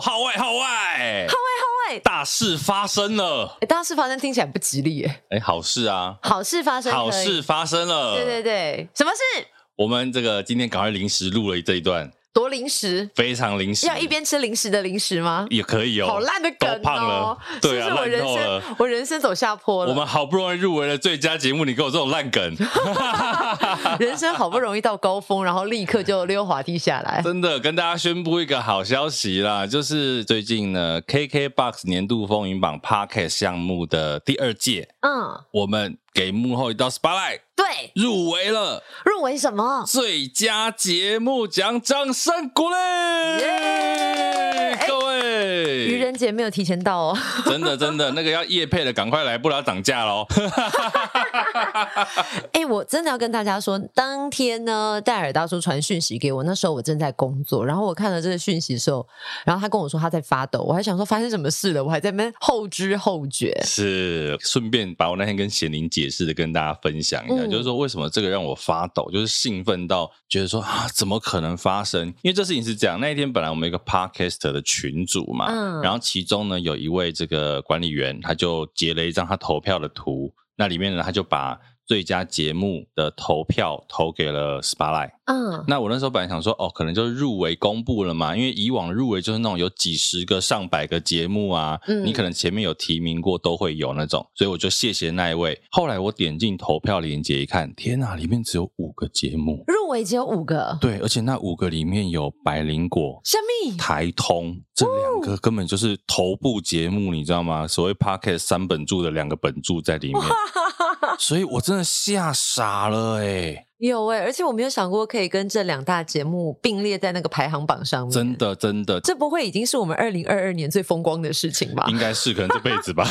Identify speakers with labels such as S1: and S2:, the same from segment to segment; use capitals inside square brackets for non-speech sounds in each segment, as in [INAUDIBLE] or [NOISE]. S1: 号外号外，
S2: 好哎好哎，
S1: 大事发生了！
S2: 诶大事发生听起来不吉利耶，
S1: 哎，好事啊，
S2: 好事发生，
S1: 好事，发生了！
S2: 对对对，什么事？
S1: 我们这个今天赶快临时录了这一段，
S2: 夺零食，
S1: 非常临时，
S2: 要一边吃零食的零食吗？
S1: 也可以哦。
S2: 好烂的梗
S1: 都胖
S2: 哦
S1: 了，
S2: 是不
S1: 对
S2: 是
S1: 啊，
S2: 我
S1: 烂
S2: 人
S1: 透了。
S2: 生我人生走下坡
S1: 我们
S2: 了？
S1: 好不容易入围了最佳节目，你给我这种烂
S2: [LAUGHS]
S1: 梗，
S2: 人生好不容易到高峰，然后立刻就溜滑梯下来。
S1: 真的跟大家宣布一个好消息啦，就是最近呢，KKBOX 年度风云榜 Podcast 项目的第二届，
S2: 嗯，
S1: 我们给幕后一道 spotlight
S2: 对，
S1: 入围了。
S2: 入围什么？
S1: 最佳节目奖，掌声鼓励！
S2: 耶
S1: 各
S2: 哎愚
S1: 位，
S2: 人节没有提前到哦，
S1: 真的真的，那个要夜配的赶快来，不然要涨价哦喽。
S2: 哎、我真的要跟大家说，当天呢，戴尔大叔传讯息给我，那时候我正在工作，然后我看了这个讯息的时候，然后他跟我说他在发抖，我还想说发生什么事了，我还在那边后知后觉。
S1: 是，顺便把我那天跟贤玲解释的跟大家分享一下，
S2: 嗯
S1: 就是说为什么这个让我发抖，就是兴奋到觉得说啊，怎么可能发生？因为这事情是这样，那一天本来我们有一个 podcaster 的群组嘛，
S2: 嗯
S1: 然后其中呢有一位这个管理员，他就截了一张他投票的图，那里面呢他就把。最佳节目的投票投给了 Spotlight。
S2: 嗯，
S1: 那我那时候本来想说，哦，可能就是入围公布了嘛，因为以往入围就是那种有几十个、上百个节目啊，
S2: 嗯
S1: 你可能前面有提名过都会有那种，所以我就谢谢那一位。后来我点进投票链接一看，天哪，里面只有五个节目，
S2: 入围只有五个，
S1: 对，而且那五个里面有百灵果。
S2: 虾米？
S1: 台通这
S2: 哦
S1: 两个根本就是头部节目，你知道吗？所谓 Pocket 三本柱的两个本柱在里面，所以我真的吓傻了哎、
S2: 有哎、而且我没有想过可以跟这两大节目并列在那个排行榜上面，
S1: 真，的真的，
S2: [LAUGHS] 这不会已经是我们二零二二年最风光的事情吧？
S1: 应该是可能这辈子吧。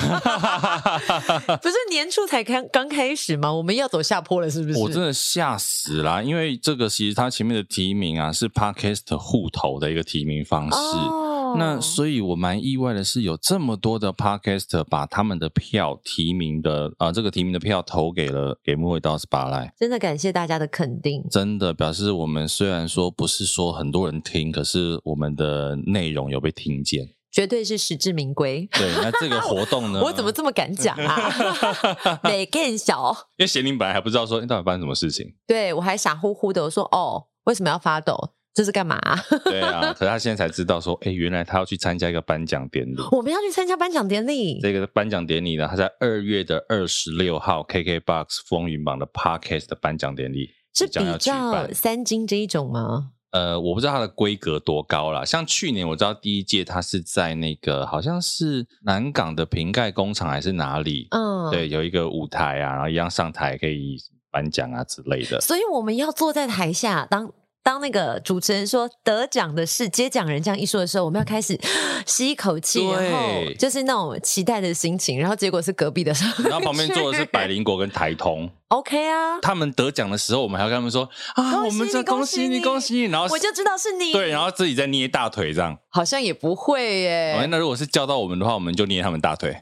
S2: 不是年初才刚刚开始吗？我们要走下坡了，是不是？
S1: 我真的吓死啦！因为这个其实它前面的提名啊是 Podcast 户头的一个提名方式。
S2: 哦
S1: 那所以，我蛮意外的是，有这么多的 podcast 把他们的票提名的啊、这个提名的票投给了给莫尾刀 SPA 来，
S2: 真的感谢大家的肯定。
S1: 真的表示我们虽然说不是说很多人听，可是我们的内容有被听见。
S2: 绝对是实至名归。
S1: 对，那这个活动呢？
S2: [LAUGHS] 我怎么这么敢讲啊？ [LAUGHS] 没更小，
S1: [LAUGHS] 因为贤玲本来还不知道说，诶到底发生什么事情。
S2: 对我还傻乎乎的，我说哦，为什么要发抖？这是干嘛、 [LAUGHS]
S1: 对啊，可是他现在才知道说，哎、原来他要去参加一个颁奖典礼。
S2: 我们要去参加颁奖典礼，
S1: 这个颁奖典礼呢，它在二月的二十六号 KKBOX 风云榜的 Podcast 的颁奖典礼
S2: 是
S1: 将
S2: 比
S1: 要举
S2: 较
S1: 办。
S2: 三金这一种吗？
S1: 呃，我不知道它的规格多高啦。像去年我知道第一届它是在那个好像是南港的瓶盖工厂还是哪里，
S2: 嗯，。
S1: 对，有一个舞台啊，然后一样上台可以颁奖啊之类的。
S2: 所以我们要坐在台下当。当那个主持人说得奖的是接奖人这样一说的时候，我们要开始 [GASPS] 吸一口气，
S1: 对
S2: 然后就是那种期待的心情，然后结果是隔壁的上去，
S1: 然后旁边
S2: [LAUGHS]
S1: 坐的是百灵果跟台通，
S2: OK 啊，
S1: 他们得奖的时候，我们还要跟他们说啊，
S2: 恭
S1: 我
S2: 喜
S1: 们
S2: 你
S1: 这
S2: 恭
S1: 恭
S2: 喜
S1: 喜
S2: 你
S1: 你，恭喜你，然后
S2: 我就知道是你。
S1: 对，然后自己在捏大腿这样。
S2: 好像也不会耶、
S1: 哎、那如果是叫到我们的话，我们就捏他们大腿。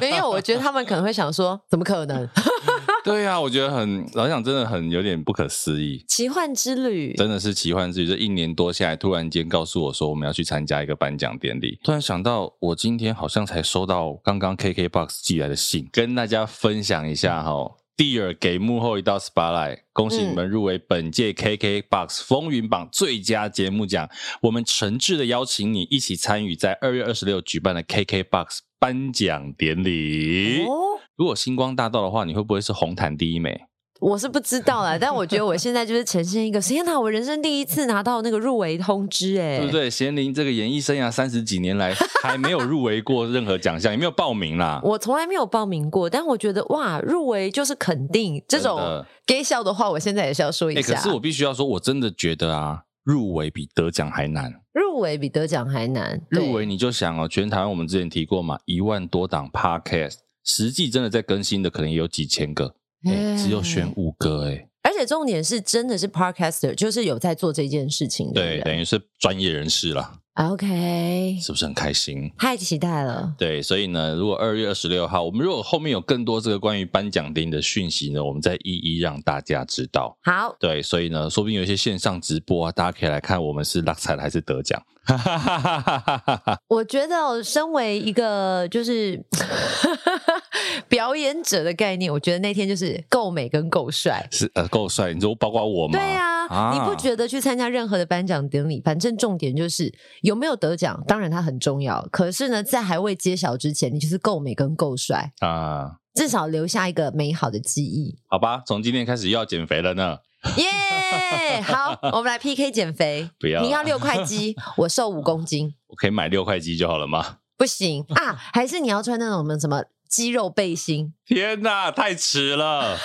S2: 没有，我觉得他们可能会想说，怎么可能？ [LAUGHS]
S1: 对啊，我觉得很老想真的很有点不可思议，
S2: 奇幻之旅，
S1: 真的是奇幻之旅。这一年多下来，突然间告诉我说我们要去参加一个颁奖典礼，突然想到我今天好像才收到刚刚 KKBOX 寄来的信，跟大家分享一下哈、蒂尔给幕后一道 spotlight，恭喜你们入围本届 KKBOX 风云榜最佳节目奖。我们诚挚的邀请你一起参与在二月二十六举办的 KKBOX 颁奖典礼。
S2: 哦，
S1: 如果星光大道的话，你会不会是红毯第一美？
S2: 我是不知道啦，但我觉得我现在就是呈现一个， [LAUGHS] 天哪，我人生第一次拿到那个入围通知、哎，
S1: 对不？对？贤玲这个演艺生涯三十几年
S2: [LAUGHS]
S1: 来还没有入围过任何奖项，也没有报名啦。
S2: 我从来没有报名过，但我觉得哇，入围就是肯定这
S1: 真
S2: 种
S1: 的
S2: gay 笑的话，我现在也是要说
S1: 哎、
S2: 一
S1: 可
S2: 下。
S1: 是我必须要说，我真的觉得啊，入围比得奖还难。
S2: 入围比得奖还难，对
S1: 入围你就想哦，全台湾我们之前提过嘛，一万多档欸哎 podcast，实际真的在更新的可能也有几千个，哎、只有选五个、哎。
S2: 而且重点是真的是 podcaster，就是有在做这件事情的
S1: 对，
S2: 人。
S1: 等于是专业人士啦，
S2: OK，
S1: 是不是很开心？
S2: 太期待了。
S1: 对，所以呢，如果二月二十六号，我们如果后面有更多这个关于颁奖典礼的讯息呢，我们再一一让大家知道。
S2: 好，
S1: 对，所以呢，说不定有一些线上直播啊，大家可以来看我们是落彩了还是得奖。 [LAUGHS]
S2: 我觉得哦身为一个就是 [LAUGHS] 表演者的概念，我觉得那天就是够美跟够帅。
S1: 是呃，够帅，你说包括我吗？
S2: 对呀、你不觉得去参加任何的颁奖典礼，反正重点就是有没有得奖，当然它很重要。可是呢，在还未揭晓之前，你就是够美跟够帅，
S1: 啊、
S2: 至少留下一个美好的记忆。
S1: 好吧，从今天开始又要减肥了呢。
S2: 耶、好，我们来 PK 减肥。
S1: 不要
S2: 你要六块肌，我瘦五公斤，
S1: 我可以买六块鸡就好了吗？
S2: 不行啊！还是你要穿那种我们什么肌肉背心？
S1: 天哪，太迟
S2: [LAUGHS]
S1: 了！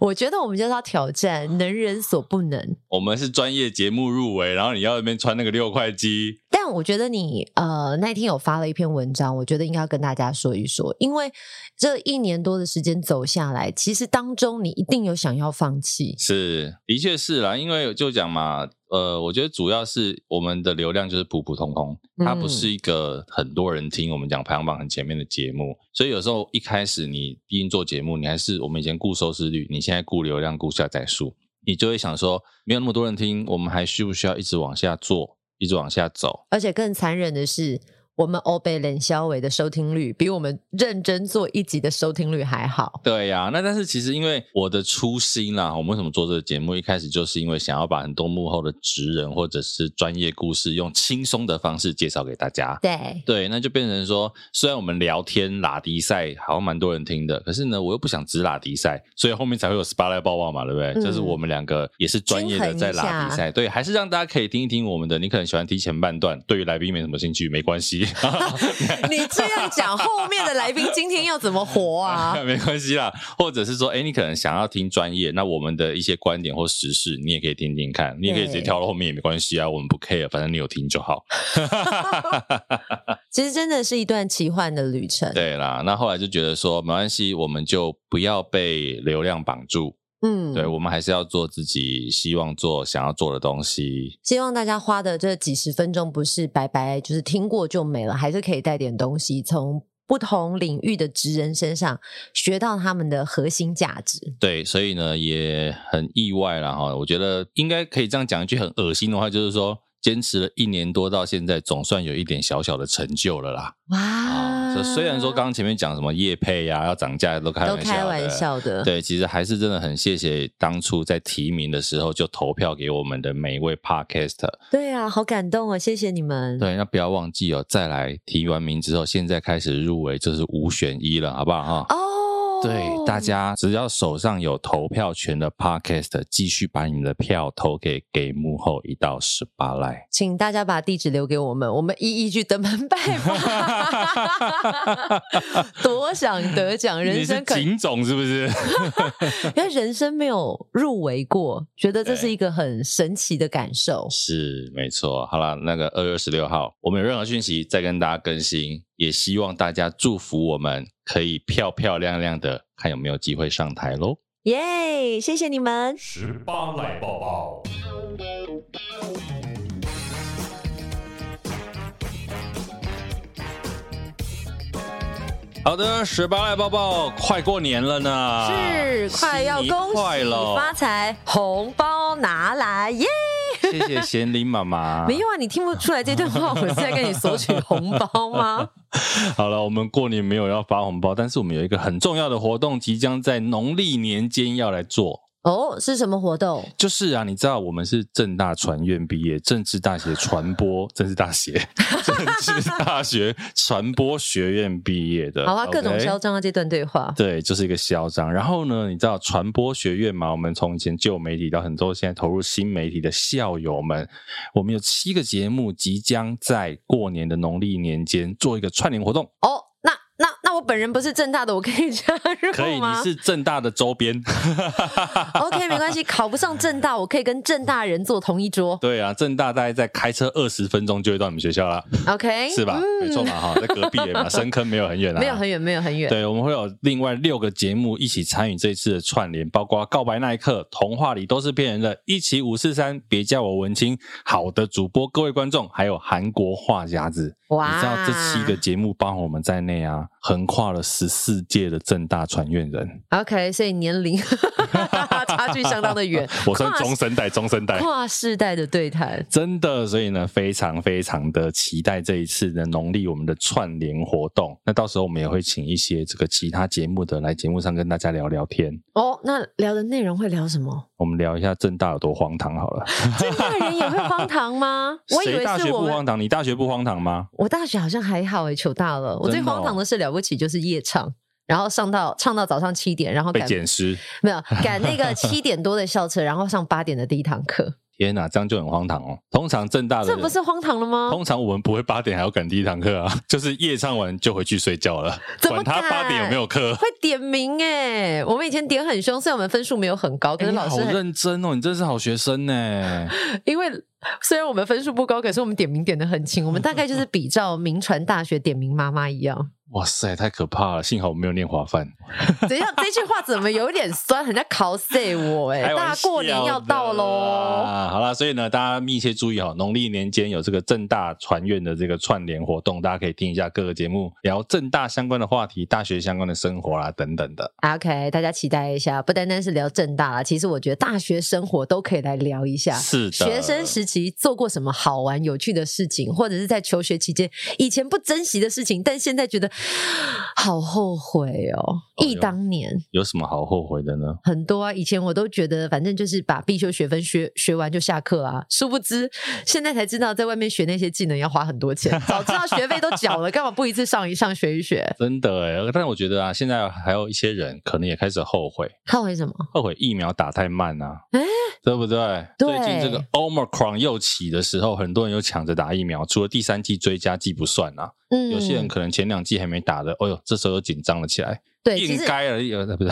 S2: 我觉得我们就是要挑战能人所不能。
S1: 我们是专业节目入围，然后你要那边穿那个六块鸡，
S2: 但我觉得你呃那天有发了一篇文章，我觉得应该要跟大家说一说，因为这一年多的时间走下来，其实当中你一定有想要放弃，
S1: 是，的确是啦。因为就讲嘛，呃，我觉得主要是我们的流量就是普普通通，它
S2: 嗯
S1: 不是一个很多人听我们讲排行榜很前面的节目，所以有时候一开始你毕竟做节目，你还是我们以前顾收视率，你现在顾流量、顾下载数，你就会想说，没有那么多人听，我们还需不需要一直往下做，一直往下走？
S2: 而且更残忍的是。我们欧贝冷肖伟的收听率比我们认真做一集的收听率还好，
S1: 对呀、那但是其实因为我的初心啦，我们为什么做这个节目？一开始就是因为想要把很多幕后的职人或者是专业故事，用轻松的方式介绍给大家。
S2: 对，
S1: 对，那就变成说，虽然我们聊天拉迪赛好像蛮多人听的，可是呢，我又不想只拉迪赛，所以后面才会有 Spotlight 报报嘛，对不对？
S2: 嗯
S1: 就是我们两个也是专业的在拉迪
S2: 均衡
S1: 赛，对，还是让大家可以听一听我们的。你可能喜欢听前半段，对于来宾没什么兴趣，没关系。
S2: 你这样讲，后面的来宾今天要怎么活
S1: [LAUGHS]
S2: 啊？
S1: 没关系啦。或者是说，哎、你可能想要听专业，那我们的一些观点或时事，你也可以听听看，你也可以直接
S2: 对
S1: 跳到后面也没关系啊，我们不 care，反正你有听就好。
S2: 其实真的是一段奇幻的旅程。，
S1: 对啦，那后来就觉得说，没关系，我们就不要被流量绑住，
S2: 嗯
S1: 对我们还是要做自己希望做、想要做的东西。
S2: 希望大家花的这几十分钟不是白白，就是听过就没了，还是可以带点东西，从不同领域的职人身上学到他们的核心价值。
S1: 对，所以呢，也很意外啦哈。我觉得应该可以这样讲一句很恶心的话，就是说。坚持了一年多到现在，总算有一点小小的成就了啦。啊，
S2: 哇！
S1: 所以虽然说刚刚前面讲什么业配呀、要涨价都开
S2: 都
S1: 玩笑，
S2: 开玩，笑的，
S1: 对，其实还是真的很谢谢当初在提名的时候就投票给我们的每一位 podcaster。
S2: 对啊，好感动哦，谢谢你们。
S1: 对，那不要忘记哦，再来提完名之后，现在开始入围就是五选一了，好不好哈？
S2: 哦，
S1: 对，大家只要手上有投票权的 podcast，继续把你们的票投给给幕后一到十八来。
S2: 请大家把地址留给我们，我们一一去登门拜访。 [LAUGHS] 多想得奖，人生可
S1: 警总是不是？
S2: 因为人生没有入围过，觉得这
S1: 对
S2: 是一个很神奇的感受。
S1: 是没错，好了，那个二月十六号，我们有任何讯息再跟大家更新，也希望大家祝福我们可以漂漂亮亮的，看有没有机会上台喽。
S2: 耶谢谢你们。
S3: 十八来抱抱。
S1: 好的，十八赖抱抱，快过年了呢，
S2: 是快要
S1: 啊新
S2: 恭
S1: 年快
S2: 喜
S1: 喽！
S2: 发财，红包拿来耶
S1: 谢谢贤玲妈妈。
S2: [LAUGHS] 没有啊，你听不出来这段话我是在跟你索取红
S1: [LAUGHS]
S2: 包吗？
S1: 好了，我们过年没有要发红包，但是我们有一个很重要的活动，即将在农历年间要来做。
S2: 哦，是什么活动？
S1: 就是啊，你知道我们是正大传院毕业，政治大学传
S2: [LAUGHS]
S1: 播，政治大学，政治大学传播学院毕业的。
S2: 好啊，各种
S1: 呃 OK？
S2: 嚣张啊，这段对话。
S1: 对，就是一个嚣张。然后呢，你知道传播学院嘛？我们从以前旧媒体到很多现在投入新媒体的校友们，我们有七个节目即将在过年的农历年间做一个串联活动。
S2: 哦，那那那我本人不是正大的，我可以加入
S1: 可以，你
S2: 吗
S1: 是正大的周边。 [LAUGHS]
S2: ？OK，没关系，考不上正大，我可以跟正大人坐同
S1: [LAUGHS]
S2: 一桌。
S1: 对啊，正大大概在开车二十分钟就会到你们学校啦，
S2: OK，嗯
S1: 是吧？没错嘛，哈，在隔壁而已
S2: [LAUGHS]
S1: 嘛，深坑没有很远啦，
S2: 哎没有很远，没有很远。
S1: 对，我们会有另外六个节目一起参与这次的串联，包括《告白那一刻》《童话里都是骗人的》《一起五四三》《别叫我文青》《好的主播》各位观众，还有韩国话匣子。
S2: 哇
S1: 你知道这七个节目包含我们在内啊，横跨了十四届的正大传院人，
S2: OK，所以年龄 [LAUGHS] 差距相当的远
S1: [LAUGHS] ，我算中生代，中生代
S2: 跨。跨世代的对谈。
S1: 真的，所以呢，非常非常的期待这一次的农历我们的串联活动。那到时候我们也会请一些这个其他节目的来节目上跟大家聊聊天。
S2: 哦，那聊的内容会聊
S1: [LAUGHS]
S2: 什么？
S1: 我们聊一下正大有多荒唐好了。
S2: 正大人也会荒唐
S1: [LAUGHS]
S2: 吗？我以
S1: 谁
S2: 为
S1: 大学
S2: 是我
S1: 不荒
S2: 们。
S1: 唐？你大学不荒唐吗？
S2: 我大学好像还好诶、欸糗大了。我最
S1: 真的哦
S2: 荒唐的是了不起就是夜唱，然后上到唱到早上七点，然后
S1: 被
S2: 赶
S1: 捡尸，
S2: 没有赶那个七点多的校车，然后上八点的第一堂课，
S1: 天哪，这样就很荒唐哦。通常正 [LAUGHS] 大的
S2: 这不是荒唐了吗？
S1: 通常我们不会八点还要赶第一堂课啊， [LAUGHS] 就是夜唱完就回去睡觉了，
S2: 怎么
S1: 管他八点有没有课。
S2: 会点名诶、我们以前点很凶，虽然我们分数没有很高，可是
S1: 你
S2: 老
S1: 哎好
S2: 师很
S1: 认真哦，你真是好学生呢。
S2: 因为虽然我们分数不高，可是我们点名点的很轻，我们大概就是比照名传大学点名妈妈一样。
S1: 哇塞，太可怕了！幸好我没有念华范。
S2: 等一下，这句话 [LAUGHS] 怎么有点酸？人家考死我哎、
S1: 开玩
S2: 大过年要到
S1: 笑的
S2: 喽。
S1: 啦好啦，所以呢，大家密切注意哦，农历年间有这个正大传院的这个串联活动，大家可以听一下各个节目，聊正大相关的话题、大学相关的生活啦等等的。
S2: OK，大家期待一下，不单单是聊正大啦，其实我觉得大学生活都可以来聊一下。
S1: 是的，
S2: 学生时期做过什么好玩有趣的事情，或者是在求学期间以前不珍惜的事情，但现在觉得 [GASPS] 好后悔哦，忆
S1: 哟
S2: 当年。
S1: 有什么好后悔的呢？
S2: 很多啊，以前我都觉得，反正就是把必修学分学学完就下课啊。殊不知，现在才知道，在外面学那些技能要花很多钱。早知道学费都缴了，干嘛不一次上一上学一学？
S1: 真的哎，但我觉得啊，现在还有一些人可能也开始后悔，
S2: 后悔什么？
S1: 后悔疫苗打太慢啊，
S2: 哎
S1: 对不对？
S2: 对
S1: 最近这个 Omicron 又起的时候，很多人又抢着打疫苗，除了第三季追加剂不算啊，
S2: 嗯
S1: 有些人可能前两季还没打的，哦呦，这时候又紧张了起来，
S2: 对，其
S1: 应
S2: 实
S1: 该而已，呃不是。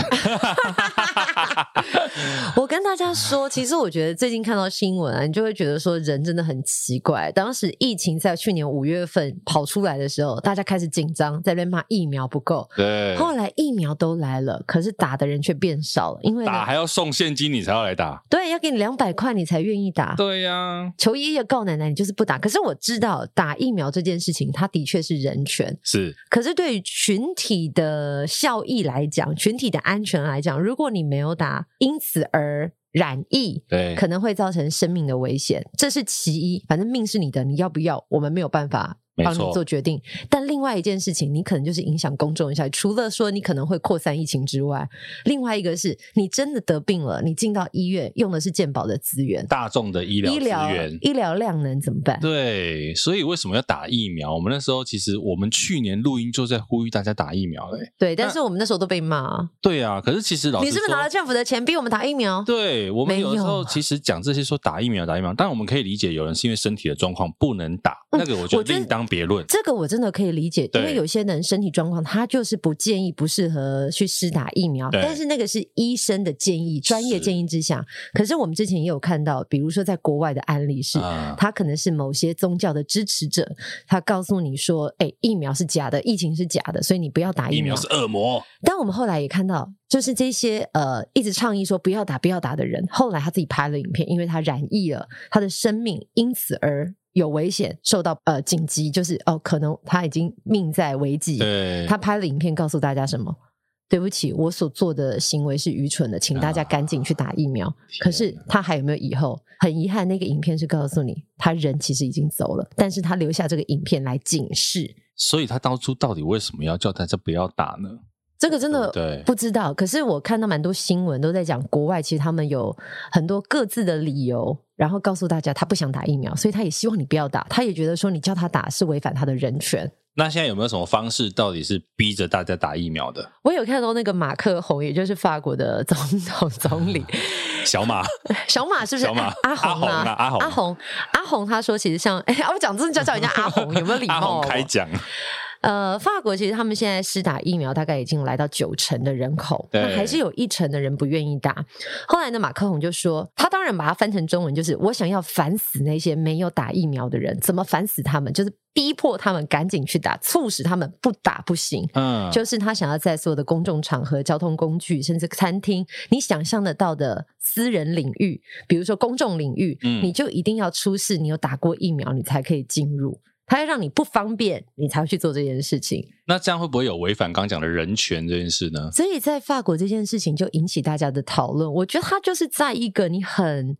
S2: 我跟大家说，其实我觉得最近看到新闻啊，你就会觉得说人真的很奇怪。当时疫情在去年五月份跑出来的时候，大家开始紧张，在那边骂疫苗不够。
S1: [LAUGHS] 对，
S2: 后来疫苗都来了，可是打的人却变少了，因为呢
S1: 打还要送现金，你才要来打。
S2: 对要给你两百块你才愿意打。
S1: [LAUGHS] 对呀、
S2: 求爷爷告奶奶，你就是不打。可是我知道打疫苗这件事情，它的确是人权。
S1: 是
S2: 可是对于群体的效益来讲，群体的安全来讲，如果你没有打，因此而染疫，
S1: 对，
S2: 可能会造成生命的危险，这是其一。反正命是你的，你要不要，我们没有办法。
S1: 没
S2: 帮你
S1: 错
S2: 做决定，但另外一件事情，你可能就是影响公众一下。除了说你可能会扩散疫情之外，另外一个是你真的得病了，你进到医院用的是健保的资源，
S1: 大众的医疗
S2: 医
S1: 资
S2: 疗
S1: 源。
S2: 医疗量能怎么办？
S1: 对，所以为什么要打疫苗？我们那时候其实我们去年录音就在呼吁大家打疫苗嘞、
S2: 对，但是我们那时候都被骂，
S1: 对啊，可是其实老师
S2: 你是不是拿了政府的钱逼我们打疫苗？
S1: 对我们
S2: 没
S1: 有的时候
S2: 有啊
S1: 其实讲这些说打疫苗打疫苗，但我们可以理解有人是因为身体的状况不能打，那个我觉
S2: 嗯我觉
S1: 得
S2: 得
S1: 另当别论。
S2: 这个我真的可以理解，因
S1: 对
S2: 为有些人身体状况，他就是不建议、不适合去施打疫苗。
S1: 对
S2: 但是那个是医生的建议、专业建议之下。可是我们之前也有看到，比如说在国外的案例是，
S1: 啊，
S2: 他可能是某些宗教的支持者，他告诉你说：“哎、疫苗是假的，疫情是假的，所以你不要打
S1: 疫
S2: 疫
S1: 苗
S2: 苗。
S1: 是恶魔，
S2: 但我们后来也看到，就是这些呃一直倡议说不要打、不要打的人，后来他自己拍了影片，因为他染疫了，他的生命因此而有危险，受到呃紧急，就是哦、可能他已经命在危急。
S1: 对，
S2: 他拍了影片告诉大家什么？对不起，我所做的行为是愚蠢的，请大家赶紧去打疫苗。可是他还有没有以后？很遗憾，那个影片是告诉你，他人其实已经走了，但是他留下这个影片来警示。
S1: 所以他当初到底为什么要叫大家不要打呢？
S2: 这个真的
S1: 对不
S2: 不知道，可是我看到蛮多新闻都在讲，国外其实他们有很多各自的理由，然后告诉大家他不想打疫苗，所以他也希望你不要打，他也觉得说你叫他打是违反他的人权。
S1: 那现在有没有什么方式，到底是逼着大家打疫苗的？
S2: 我有看到那个马克宏，也就是法国的总统总
S1: [LAUGHS]
S2: 理
S1: 小马，
S2: 小马，是不是？
S1: 小马
S2: 阿阿红啊，
S1: 阿红啊阿红
S2: 阿 [LAUGHS] 红，阿红他说，其实像哎，我讲真的叫叫人家阿红，有没有礼
S1: 阿
S2: 貌
S1: 红
S2: 啊？
S1: 开讲，
S2: 呃，法国其实他们现在施打疫苗大概已经来到九成的人口，
S1: 对
S2: 那还是有一成的人不愿意打。后来呢，马克宏就说，他当然把它翻成中文，就是我想要烦死那些没有打疫苗的人，怎么烦死他们？就是逼迫他们赶紧去打，促使他们不打不行。
S1: 嗯，
S2: 就是他想要在所有的公众场合、交通工具，甚至餐厅，你想象得到的私人领域，比如说公众领域，
S1: 嗯
S2: 你就一定要出示你有打过疫苗，你才可以进入。他要让你不方便，你才会去做这件事情。
S1: 那这样会不会有违反刚讲的人权这件事呢？
S2: 所以在法国这件事情就引起大家的讨论。我觉得他就是在一个你很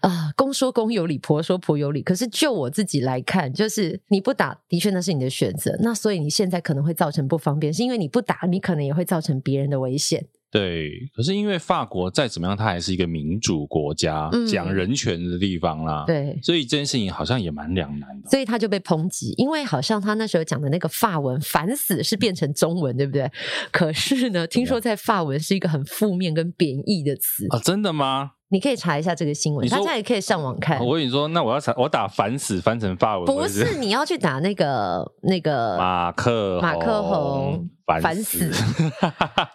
S2: 啊、呃公说公有理，婆说婆有理。可是就我自己来看，就是你不打，的确那是你的选择。那所以你现在可能会造成不方便，是因为你不打，你可能也会造成别人的危险。
S1: 对，可是因为法国再怎么样，它还是一个民主国家，
S2: 嗯
S1: 讲人权的地方啦，，
S2: 对。
S1: 所以这件事情好像也蛮两难的。
S2: 所以他就被抨击，因为好像他那时候讲的那个法文“烦死”是变成中文，对不对？可是呢，听说在法文是一个很负面跟贬义的词，
S1: 啊，真的吗？
S2: 你可以查一下这个新闻，
S1: 你说啊
S2: 大家也可以上网看。
S1: 我跟你说，那我要查，我打烦死翻成法文，
S2: 不
S1: 我就是
S2: 你要去打那个那个，
S1: 马克
S2: 马克
S1: 宏
S2: 宏
S1: 烦
S2: 烦
S1: 死， [LAUGHS]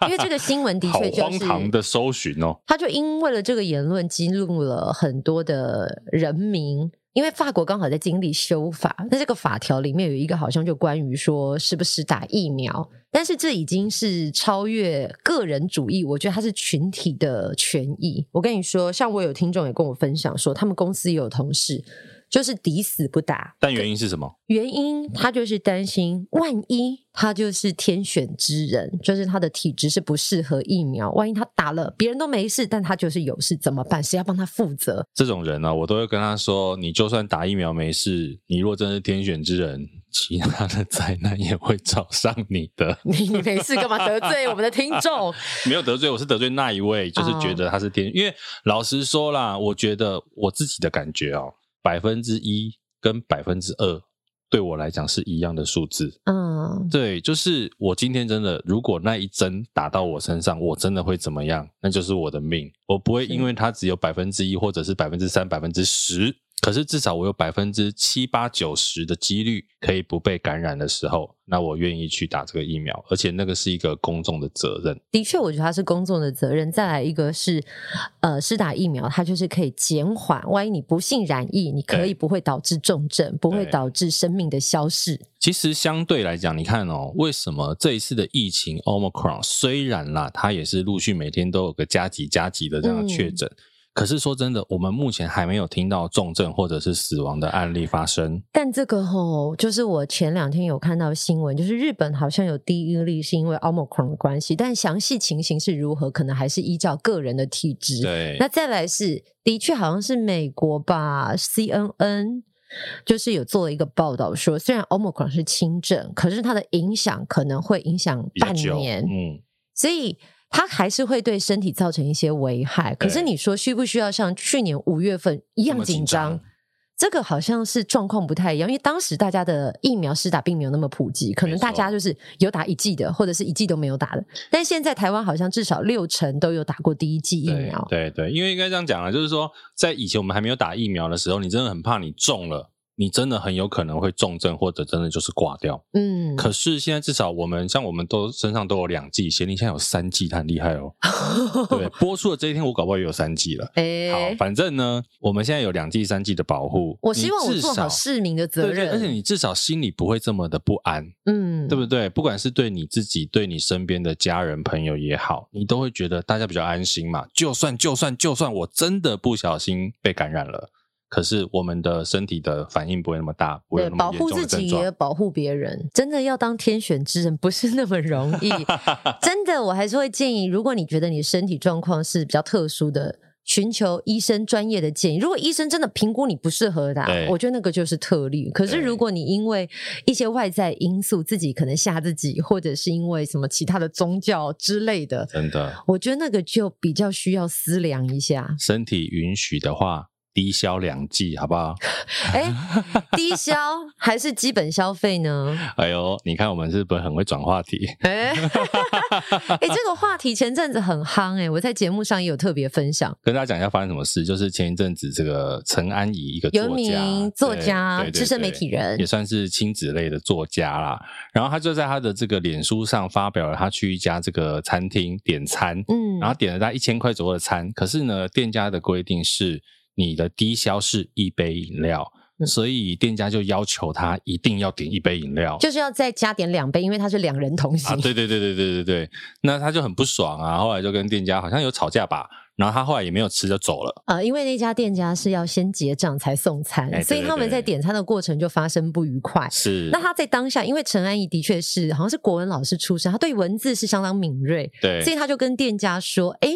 S2: 因为这个新闻的
S1: 好
S2: 确就
S1: 荒
S2: 是，
S1: 唐的搜寻哦，
S2: 他就因为了这个言论激怒了很多的人民。因为法国刚好在经历修法，那这个法条里面有一个好像就关于说是不是打疫苗，但是这已经是超越个人主义，我觉得它是群体的权益。我跟你说，像我有听众也跟我分享说，他们公司也有同事就是抵死不打，
S1: 但原因是什么？
S2: 原因他就是担心，万一他就是天选之人，就是他的体质是不适合疫苗，万一他打了别人都没事，但他就是有事怎么办？谁要帮他负责？ [LAUGHS]
S1: 这种人呢、啊我都会跟他说，你就算打疫苗没事，你若真是天选之人，其他的灾难也会找上你的。
S2: 你你没事干嘛得罪我们的听众？
S1: [LAUGHS] 没有得罪，我是得罪那一位，就是觉得他是天。啊因为老实说啦，我觉得我自己的感觉哦，百分之一跟百分之二对我来讲是一样的数字。
S2: 嗯，
S1: 对，就是我今天真的，如果那一针打到我身上，我真的会怎么样？那就是我的命，我不会因为它只有百分之一或者是百分之三、百分之十，可是至少我有百分之七八九十的几率可以不被感染的时候，那我愿意去打这个疫苗，而且那个是一个公众的责任。
S2: 的确，我觉得他是工作的责任。再来一个是，呃，施打疫苗，它就是可以减缓，万一你不幸染疫，你可
S1: 对
S2: 以不会导致重症，不会
S1: 对
S2: 导致生命的消逝。
S1: 其实相对来讲，你看哦，为什么这一次的疫情 Omicron 虽然啦，它也是陆续每天都有个加几加几的这样的确诊，
S2: 嗯
S1: 可是说真的，我们目前还没有听到重症或者是死亡的案例发生。
S2: 但这个吼，就是我前两天有看到新闻，就是日本好像有第一例是因为 Omicron 的关系，但详细情形是如何，可能还是依照个人的体质。
S1: 对
S2: 那，再来是，的确好像是美国吧，CNN 就是有做了一个报道说，虽然 Omicron 是轻症，可是它的影响可能会影响
S1: 比较
S2: 半
S1: 久，
S2: 年，
S1: 嗯，
S2: 所以。它还是会对身体造成一些危害，可是
S1: 对
S2: 你说需不需要像去年五月份一
S1: 这
S2: 样
S1: 么
S2: 紧
S1: 紧
S2: 张？这个好像是状况不太一样，因为当时大家的疫苗施打并没有那么普及，可能大家就是有打一剂的，或者是一剂都没有打的。但现在台湾好像至少六成都有打过第一剂疫苗。
S1: 对对对，因为应该这样讲啊，就是说，在以前我们还没有打疫苗的时候，你真的很怕你中了，你真的很有可能会重症，或者真的就是挂掉。
S2: 嗯，
S1: 可是现在至少我们像我们都身上都有两剂，贤玲现在有三剂，她很厉害哦。 [LAUGHS]
S2: [LAUGHS]
S1: 对，播出的这一天我搞不好也有三剂了。好，
S2: 哎，
S1: 反正呢，我们现在有两剂、三剂的保护。
S2: 我希望
S1: 你
S2: 我
S1: 至
S2: 做好
S1: 少
S2: 市民的责
S1: 对对，而且
S2: 任。
S1: 你至少心里不会这么的不安，
S2: 嗯，
S1: 对不对？不管是对你自己、对你身边的家人、朋友也好，你都会觉得大家比较安心嘛。就算就算就算我真的不小心被感染了，可是我们的身体的反应不会那么大，不会有那
S2: 对，
S1: 么
S2: 保
S1: 严重
S2: 护
S1: 的
S2: 自
S1: 症
S2: 己
S1: 状
S2: 也。保护别人，真的要当天选之人不是那么容
S1: [LAUGHS]
S2: 易。真的，我还是会建议，如果你觉得你身体状况是比较特殊的，寻求医生专业的建议。如果医生真的评估你不适合打
S1: 对，
S2: 我觉得那个就是特例。可是
S1: 对
S2: 如果你因为一些外在因素，自己可能吓自己，或者是因为什么其他的宗教之类的，
S1: 真的，
S2: 我觉得那个就比较需要思量一下。
S1: 身体允许的话，低消两季，好不 [LAUGHS] 好？
S2: 哎，低消还是基本消费呢？
S1: 哎呦，你看我们是不是很会转话题？
S2: [LAUGHS] 哎，哎，这个话题前阵子很夯哎、我在节目上也有特别分享。
S1: 跟大家讲一下发生什么事，就是前一阵子这个陈安怡一个
S2: 有一
S1: 作家
S2: 名作
S1: 对
S2: 家
S1: 对对
S2: 资深媒
S1: 对
S2: 体人
S1: 也算是亲子类的作家啦。然后他就在他的这个脸书上发表了他去一家这个餐厅点餐，
S2: 嗯，
S1: 然后点了大概一千块左右的餐，可是呢，店家的规定是你的低消是一杯饮料，
S2: 嗯
S1: 所以店家就要求他一定要点一杯饮料。
S2: 就是要再加点两杯，因为它是两人同行。
S1: 啊，对对对对对对对，那他就很不爽啊，后来就跟店家好像有吵架吧，然后他后来也没有吃就走了。
S2: 呃，因为那家店家是要先结账才送餐，
S1: 哎对
S2: 所以
S1: 对
S2: 他们
S1: 对
S2: 在点餐的过程就发生不愉快。
S1: 是，
S2: 那他在当下，因为陈安怡的确是好像是国文老师出身，他对文字是相当敏锐，
S1: 对
S2: 所以他就跟店家说：“哎，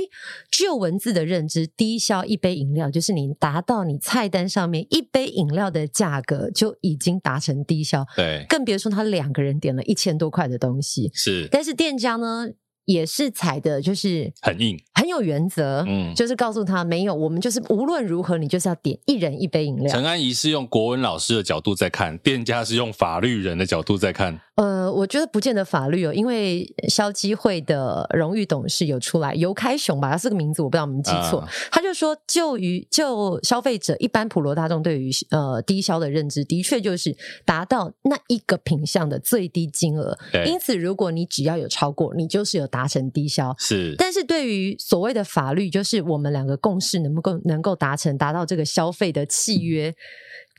S2: 只有文字的认知，低消一杯饮料就是你达到你菜单上面一杯饮料的价格就已经达成低消，
S1: 对
S2: 更别说他两个人点了一千多块的东西。
S1: 是
S2: 但是店家呢，也是采的就是
S1: 很硬，
S2: 很有原则，
S1: 嗯
S2: 就是告诉他没有，我们就是无论如何，你就是要点一人一杯饮料。
S1: 陈安怡是用国文老师的角度在看，店家是用法律人的角度在看。
S2: 呃，我觉得不见得法律哦，因为消基会的荣誉董事有出来，尤开雄吧，他是个名字，我不知道我们记错。
S1: 啊
S2: 他就说，就于就消费者一般普罗大众对于呃低消的认知，的确就是达到那一个品项的最低金额。
S1: 对
S2: 因此，如果你只要有超过，你就是有达成低消。
S1: 是，
S2: 但是对于所谓的法律，就是我们两个共识能不能够能够达成达到这个消费的
S1: 嗯
S2: 契约，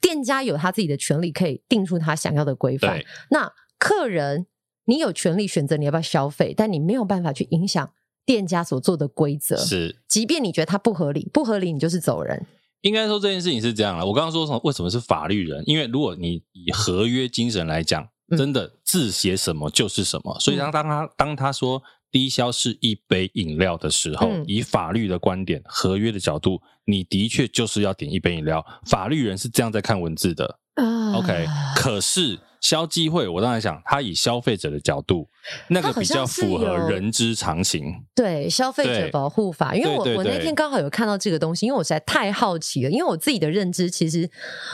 S2: 店家有他自己的权利，可以定出他想要的规范
S1: 对。
S2: 那客人，你有权利选择你要不要消费，但你没有办法去影响店家所做的规则。
S1: 是。
S2: 即便你觉得它不合理，不合理你就是走人。
S1: 应该说这件事情是这样了。我刚刚说什么？为什么是法律人？因为如果你以合约精神来讲，
S2: 嗯
S1: 真的字写什么就是什么。所以当当他当他说低消是一杯饮料的时候，
S2: 嗯
S1: 以法律的观点、合约的角度，你的确就是要点一杯饮料。法律人是这样在看文字的。
S2: 啊
S1: OK，可是消基会，我当然想，他以消费者的角度，那
S2: 它
S1: 个
S2: 好
S1: 比较
S2: 像是
S1: 符合
S2: 有
S1: 人之常情。
S2: 对消费者
S1: 对
S2: 保护法，因为
S1: 对
S2: 我
S1: 对
S2: 我那
S1: 对
S2: 天刚好有看到这个东西，因为我实在太好奇了。因为我自己的认知，其实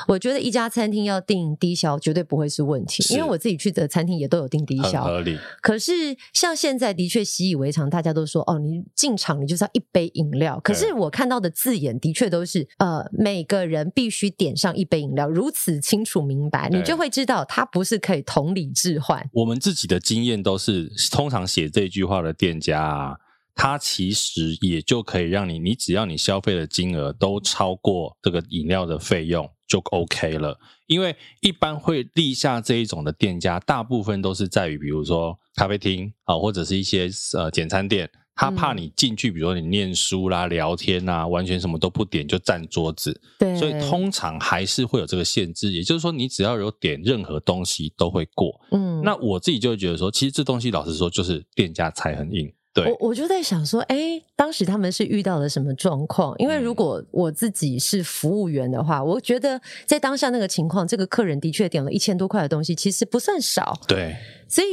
S2: 我觉得一家餐厅要定低消绝对不会是问题，
S1: 是
S2: 因为我自己去的餐厅也都有定低
S1: 很
S2: 消。
S1: 合理，
S2: 可是像现在的确习以为常，大家都说哦，你进场你就是要一杯饮料。可是
S1: 对
S2: 我看到的字眼的确都是呃，每个人必须点上一杯饮料，如此清楚明白，你
S1: 对
S2: 就会知道它不是可以同理置换。
S1: 我们自己的经验都是，通常写这句话的店家啊，他其实也就可以让你，你只要你消费的金额都超过这个饮料的费用就 OK 了。因为一般会立下这一种的店家，大部分都是在于，比如说咖啡厅啊、或者是一些呃简餐店。他怕
S2: 嗯
S1: 你进去，比如说你念书啦、聊天啦，完全什么都不点就占桌子，
S2: 对，
S1: 所以通常还是会有这个限制。也就是说，你只要有点任何东西都会过。
S2: 嗯
S1: 那我自己就会觉得说，其实这东西老实说就是店家才很硬，对
S2: 我我就在想说，哎、当时他们是遇到了什么状况？因为
S1: 嗯
S2: 如果我自己是服务员的话，我觉得在当下那个情况，这个客人的确点了一千多块的东西，其实不算少。
S1: 对
S2: 所以，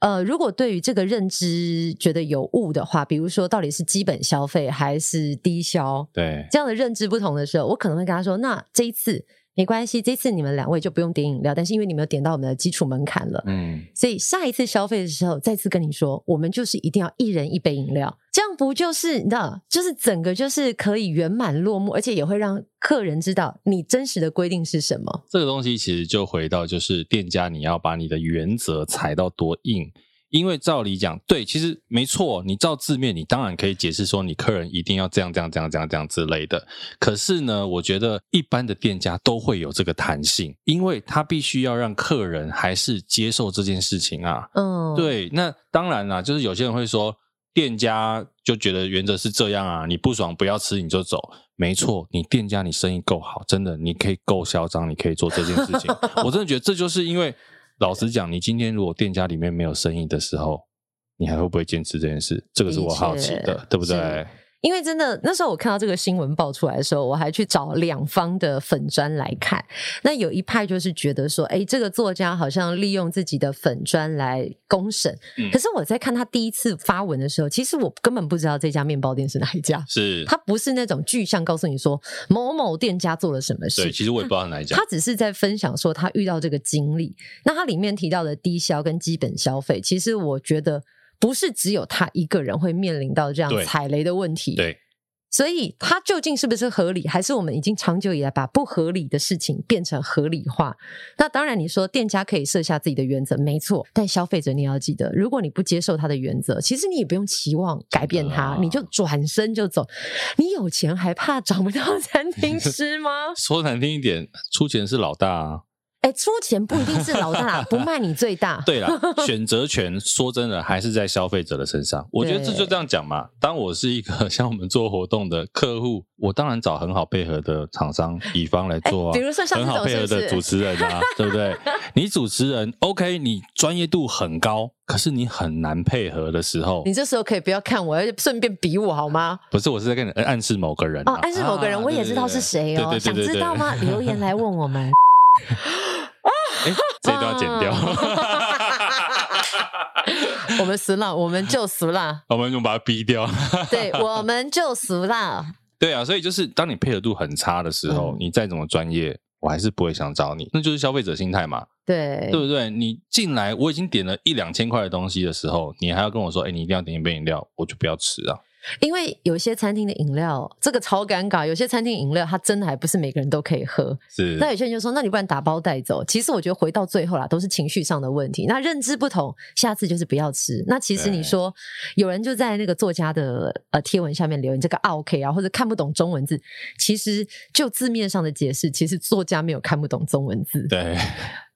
S2: 呃，如果对于这个认知觉得有误的话，比如说到底是基本消费还是低消，
S1: 对
S2: 这样的认知不同的时候，我可能会跟他说，那这一次没关系，这次你们两位就不用点饮料，但是因为你们有点到我们的基础门槛了。
S1: 嗯，
S2: 所以下一次消费的时候，再次跟你说，我们就是一定要一人一杯饮料，这样不就是你知道，就是整个就是可以圆满落幕，而且也会让客人知道你真实的规定是什么。
S1: 这个东西其实就回到就是店家你要把你的原则踩到多硬。因为照理讲，对，其实没错，你照字面，你当然可以解释说你客人一定要这样、这样、这样、这样、这样之类的。可是呢，我觉得一般的店家都会有这个弹性，因为他必须要让客人还是接受这件事情啊。
S2: 嗯，，
S1: 对，那当然啦，就是有些人会说，店家就觉得原则是这样啊，你不爽不要吃你就走。没错，你店家你生意够好，真的你可以够嚣张，你可以做这件事情。我真的觉得这就是因为，老实讲，你今天如果店家里面没有生意的时候，你还会不会坚持这件事？这个是
S2: 的
S1: 我好奇
S2: 确
S1: 的，对不
S2: 是
S1: 对？
S2: 因为真的那时候我看到这个新闻爆出来的时候，我还去找两方的粉砖来看。那有一派就是觉得说，哎，这个作家好像利用自己的粉砖来公审。
S1: 嗯
S2: 可是我在看他第一次发文的时候，其实我根本不知道这家面包店是哪一家，
S1: 是
S2: 他不是那种具象告诉你说某某店家做了什么事
S1: 对，。其实我也不知道哪一家
S2: 他，只是在分享说他遇到这个经历。那他里面提到的低消跟基本消费，其实我觉得不是只有他一个人会面临到这样
S1: 对
S2: 踩雷的问题。
S1: 对，
S2: 所以它究竟是不是合理，还是我们已经长久以来把不合理的事情变成合理化？那当然，你说店家可以设下自己的原则，没错，但消费者你要记得，如果你不接受他的原则，其实你也不用期望改变他
S1: 啊，？
S2: 你就转身就走。你有钱还怕找不到餐厅吃吗 [LAUGHS]
S1: 说难听一点，出钱是老大啊。
S2: 哎，出钱不一定是老 [LAUGHS] 大，不卖你最大。
S1: 对啦，选择权说真的还是在消费者的身上。我觉得这就这样讲嘛。当我是一个 [LAUGHS] 像我们做活动的客户，我当然找很好配合的厂商乙方来做啊，
S2: 哎比如说像
S1: 很好配合
S2: 这种是
S1: 的
S2: 不是
S1: 主持人啊，对不对？你主持人 OK，你专业度很高，可是你很难配合的时候
S2: 你，这时候可以不要看我，而且顺便比我好吗？
S1: 不是我是在跟你暗示某个人
S2: 哦
S1: 啊，，
S2: 暗示某个人，
S1: 啊
S2: 我也知道是谁哦。
S1: 对对对
S2: 想
S1: 对对
S2: 知道吗？留言来问我们。
S1: 哎， [LAUGHS] 这一段要剪掉。
S2: 嗯我们俗了，我们就俗
S1: [LAUGHS]
S2: 了，
S1: [LAUGHS] 我们就把它逼掉。
S2: 对，我们就俗了。
S1: 对啊，所以就是当你配合度很差的时候，
S2: 嗯
S1: 你再怎么专业，我还是不会想找你。那就是消费者心态嘛，
S2: 对
S1: 对不对？你进来，我已经点了一两千块的东西的时候，你还要跟我说，哎，你一定要点一杯饮料，我就不要吃啊。
S2: 因为有些餐厅的饮料，这个超尴尬。有些餐厅饮料，它真的还不是每个人都可以喝。
S1: 是
S2: 那有些人就说，那你不然打包带走。其实我觉得回到最后啦，都是情绪上的问题。那认知不同，下次就是不要吃。那其实
S1: 对
S2: 你说，有人就在那个作家的呃贴文下面留言这个啊 OK 啊，或者看不懂中文字，其实就字面上的解释，其实作家没有看不懂中文字。
S1: 对，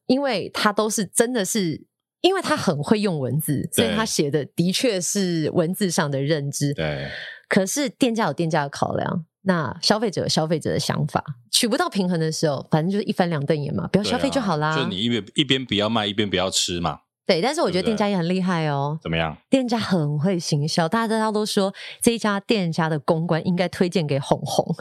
S2: 因为他都是真的是，因为他很会用文字，所以他写的的确是文字上的认知。
S1: 对，
S2: 可是店家有店家的考量，那消费者有消费者的想法，取不到平衡的时候，反正就是一翻两瞪眼嘛，不要
S1: 对啊
S2: 消费就好啦。
S1: 就你一边一边不要卖，一边不要吃嘛，
S2: 对，但是我觉
S1: 对
S2: 得
S1: 不对
S2: 店家也很厉害哦，
S1: 怎么样？
S2: 店家很会行销，大家都说这一家店家的公关应该推荐给红
S1: [LAUGHS]
S2: 红。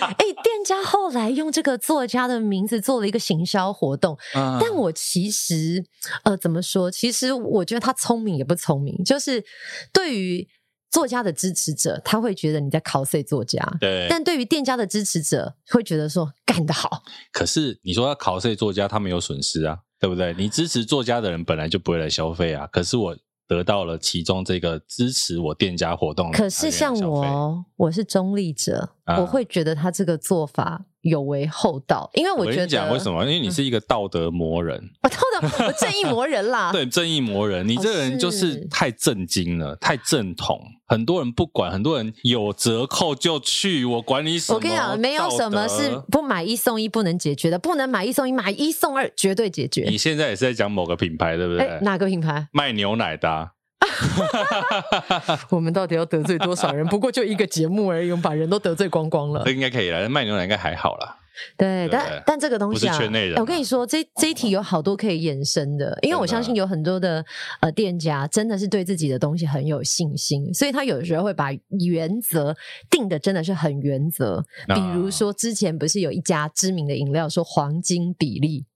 S2: 哎、店家后来用这个作家的名字做了一个行销活动，
S1: 嗯
S2: 但我其实，呃，怎么说？其实我觉得他聪明也不聪明，就是对于作家的支持者，他会觉得你在 cos 作家；
S1: 对，
S2: 但对于店家的支持者，会觉得说干得好。
S1: 可是你说要考谁作家，他们有损失啊，对不对？你支持作家的人本来就不会来消费啊，可是我得到了其中这个支持我店家活动的人来
S2: 可
S1: 消费，
S2: 是像我，我是中立者，
S1: 啊
S2: 我会觉得他这个做法有违厚道，因为我觉
S1: 跟
S2: 得嗯
S1: 你讲为什么？因为你是一个道德魔人，
S2: 我道德，我正义魔人
S1: [LAUGHS]
S2: 啦。
S1: 对正义魔人，你
S2: 哦
S1: 这个人就是
S2: 是
S1: 太正经了，太正统。很多人不管，很多人有折扣就去，我管你什么？
S2: 我跟你讲，没有什么是
S1: 道德
S2: 不买一送一不能解决的，不能买一送一，买一送二绝对解
S1: 你
S2: 决。
S1: 现在也是在讲某个品牌，对不
S2: 哎，
S1: 对？
S2: 哪个品牌？
S1: 卖牛奶的啊、
S2: [LAUGHS] 我们到底要得罪多少人？不 [LAUGHS] 过就一个节目而已，我们把人都得罪光光了
S1: 这。应该可以了。卖牛奶应该还好啦。
S2: 对，
S1: 哎对
S2: 但但这个东西啊，
S1: 不是圈内人啊
S2: 哎我跟你说，这这一题有好多可以延伸的，因为我
S1: 真的啊
S2: 相信有很多的呃店家真的是对自己的东西很有信心，所以他有时候会把原则定的真的是很原则。
S1: 那
S2: 比如说之前不是有一家知名的饮料说黄金比例，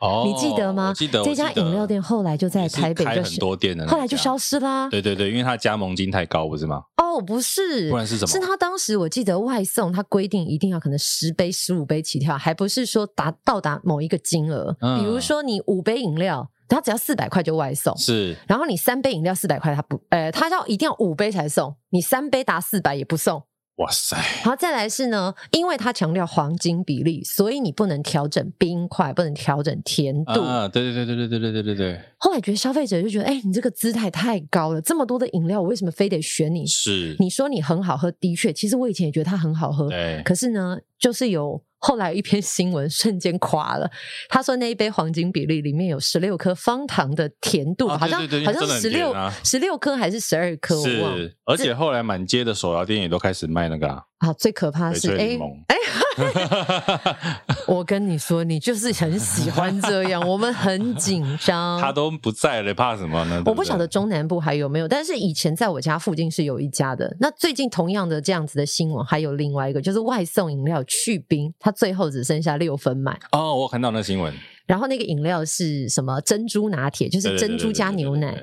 S1: 哦，
S2: 你记得吗
S1: 我记得
S2: 这家
S1: 我记得
S2: 饮料店后来就在
S1: 也是
S2: 台北
S1: 开
S2: 就
S1: 很
S2: 是
S1: 多店的，
S2: 后来就消。失啦、
S1: 对对对，因为它加盟金太高，不是吗？
S2: 哦，不是，
S1: 不然是什么
S2: 是他当时我记得外送，他规定一定要可能十杯、十五杯起跳，还不是说达到达某一个金额。
S1: 嗯
S2: 比如说你五杯饮料，他只要四百块就外送，
S1: 是
S2: 然后你三杯饮料四百块他不，呃，他要一定要五杯才送，你三杯达四百也不送。
S1: 哇塞，
S2: 然后再来是呢，因为他强调黄金比例，所以你不能调整冰块，不能调整甜度。
S1: 啊，对对对对对对对对对
S2: 后来觉得消费者就觉得，哎、你这个姿态太高了，这么多的饮料，我为什么非得选你
S1: 对，？是，
S2: 你说你很好喝，的确，其实我以前也觉得它很好喝，
S1: 对，
S2: 可是呢，就是有后来有一篇 [LAUGHS] 新闻瞬间垮了。他说那一杯黄金比例里面有十六颗方糖的甜度，
S1: 啊
S2: 好像
S1: 对对对
S2: 好
S1: 真的
S2: 像
S1: 很
S2: 十
S1: 甜
S2: 六
S1: 啊
S2: 十六颗还是十二颗，我忘了。
S1: 是，而且后来满街的手摇店也都开始卖那个啊
S2: 啊，最可怕的是
S1: 翡翠
S2: 哎
S1: 柠檬
S2: 哎，哈
S1: [LAUGHS]
S2: 我跟你说，你就是很喜欢这样，我们很紧
S1: [LAUGHS]
S2: 张。
S1: 他都不在了，怕什么呢？
S2: 哦我
S1: 对
S2: 不
S1: 不
S2: 晓得
S1: 对
S2: 中南部还有没有，但是以前在我家附近是有一家的。那最近同样的这样子的新闻，还有另外一个就是外送饮料去冰，它最后只剩下六分满。
S1: 哦，我看到那新闻，
S2: 然后那个饮料是什么珍珠拿铁，就
S1: 对
S2: 是
S1: 对
S2: 珍珠加牛奶。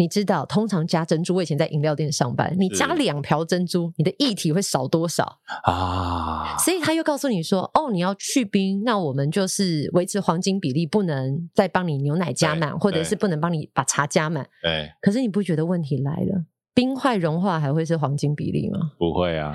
S2: 你知道，通常加珍珠，我以前在饮料店上班，你加
S1: 是
S2: 两瓢珍珠，你的液体会少多少？
S1: 啊，
S2: [LAUGHS] 所以他又告诉你说，哦，你要去冰，那我们就是维持黄金比例，不能再帮你牛奶加
S1: 对
S2: 满，或者
S1: 对
S2: 是不能帮你把茶加满。
S1: 对，
S2: 可是你不觉得问题来了？冰块融化还会是黄金比例吗？
S1: 不会啊，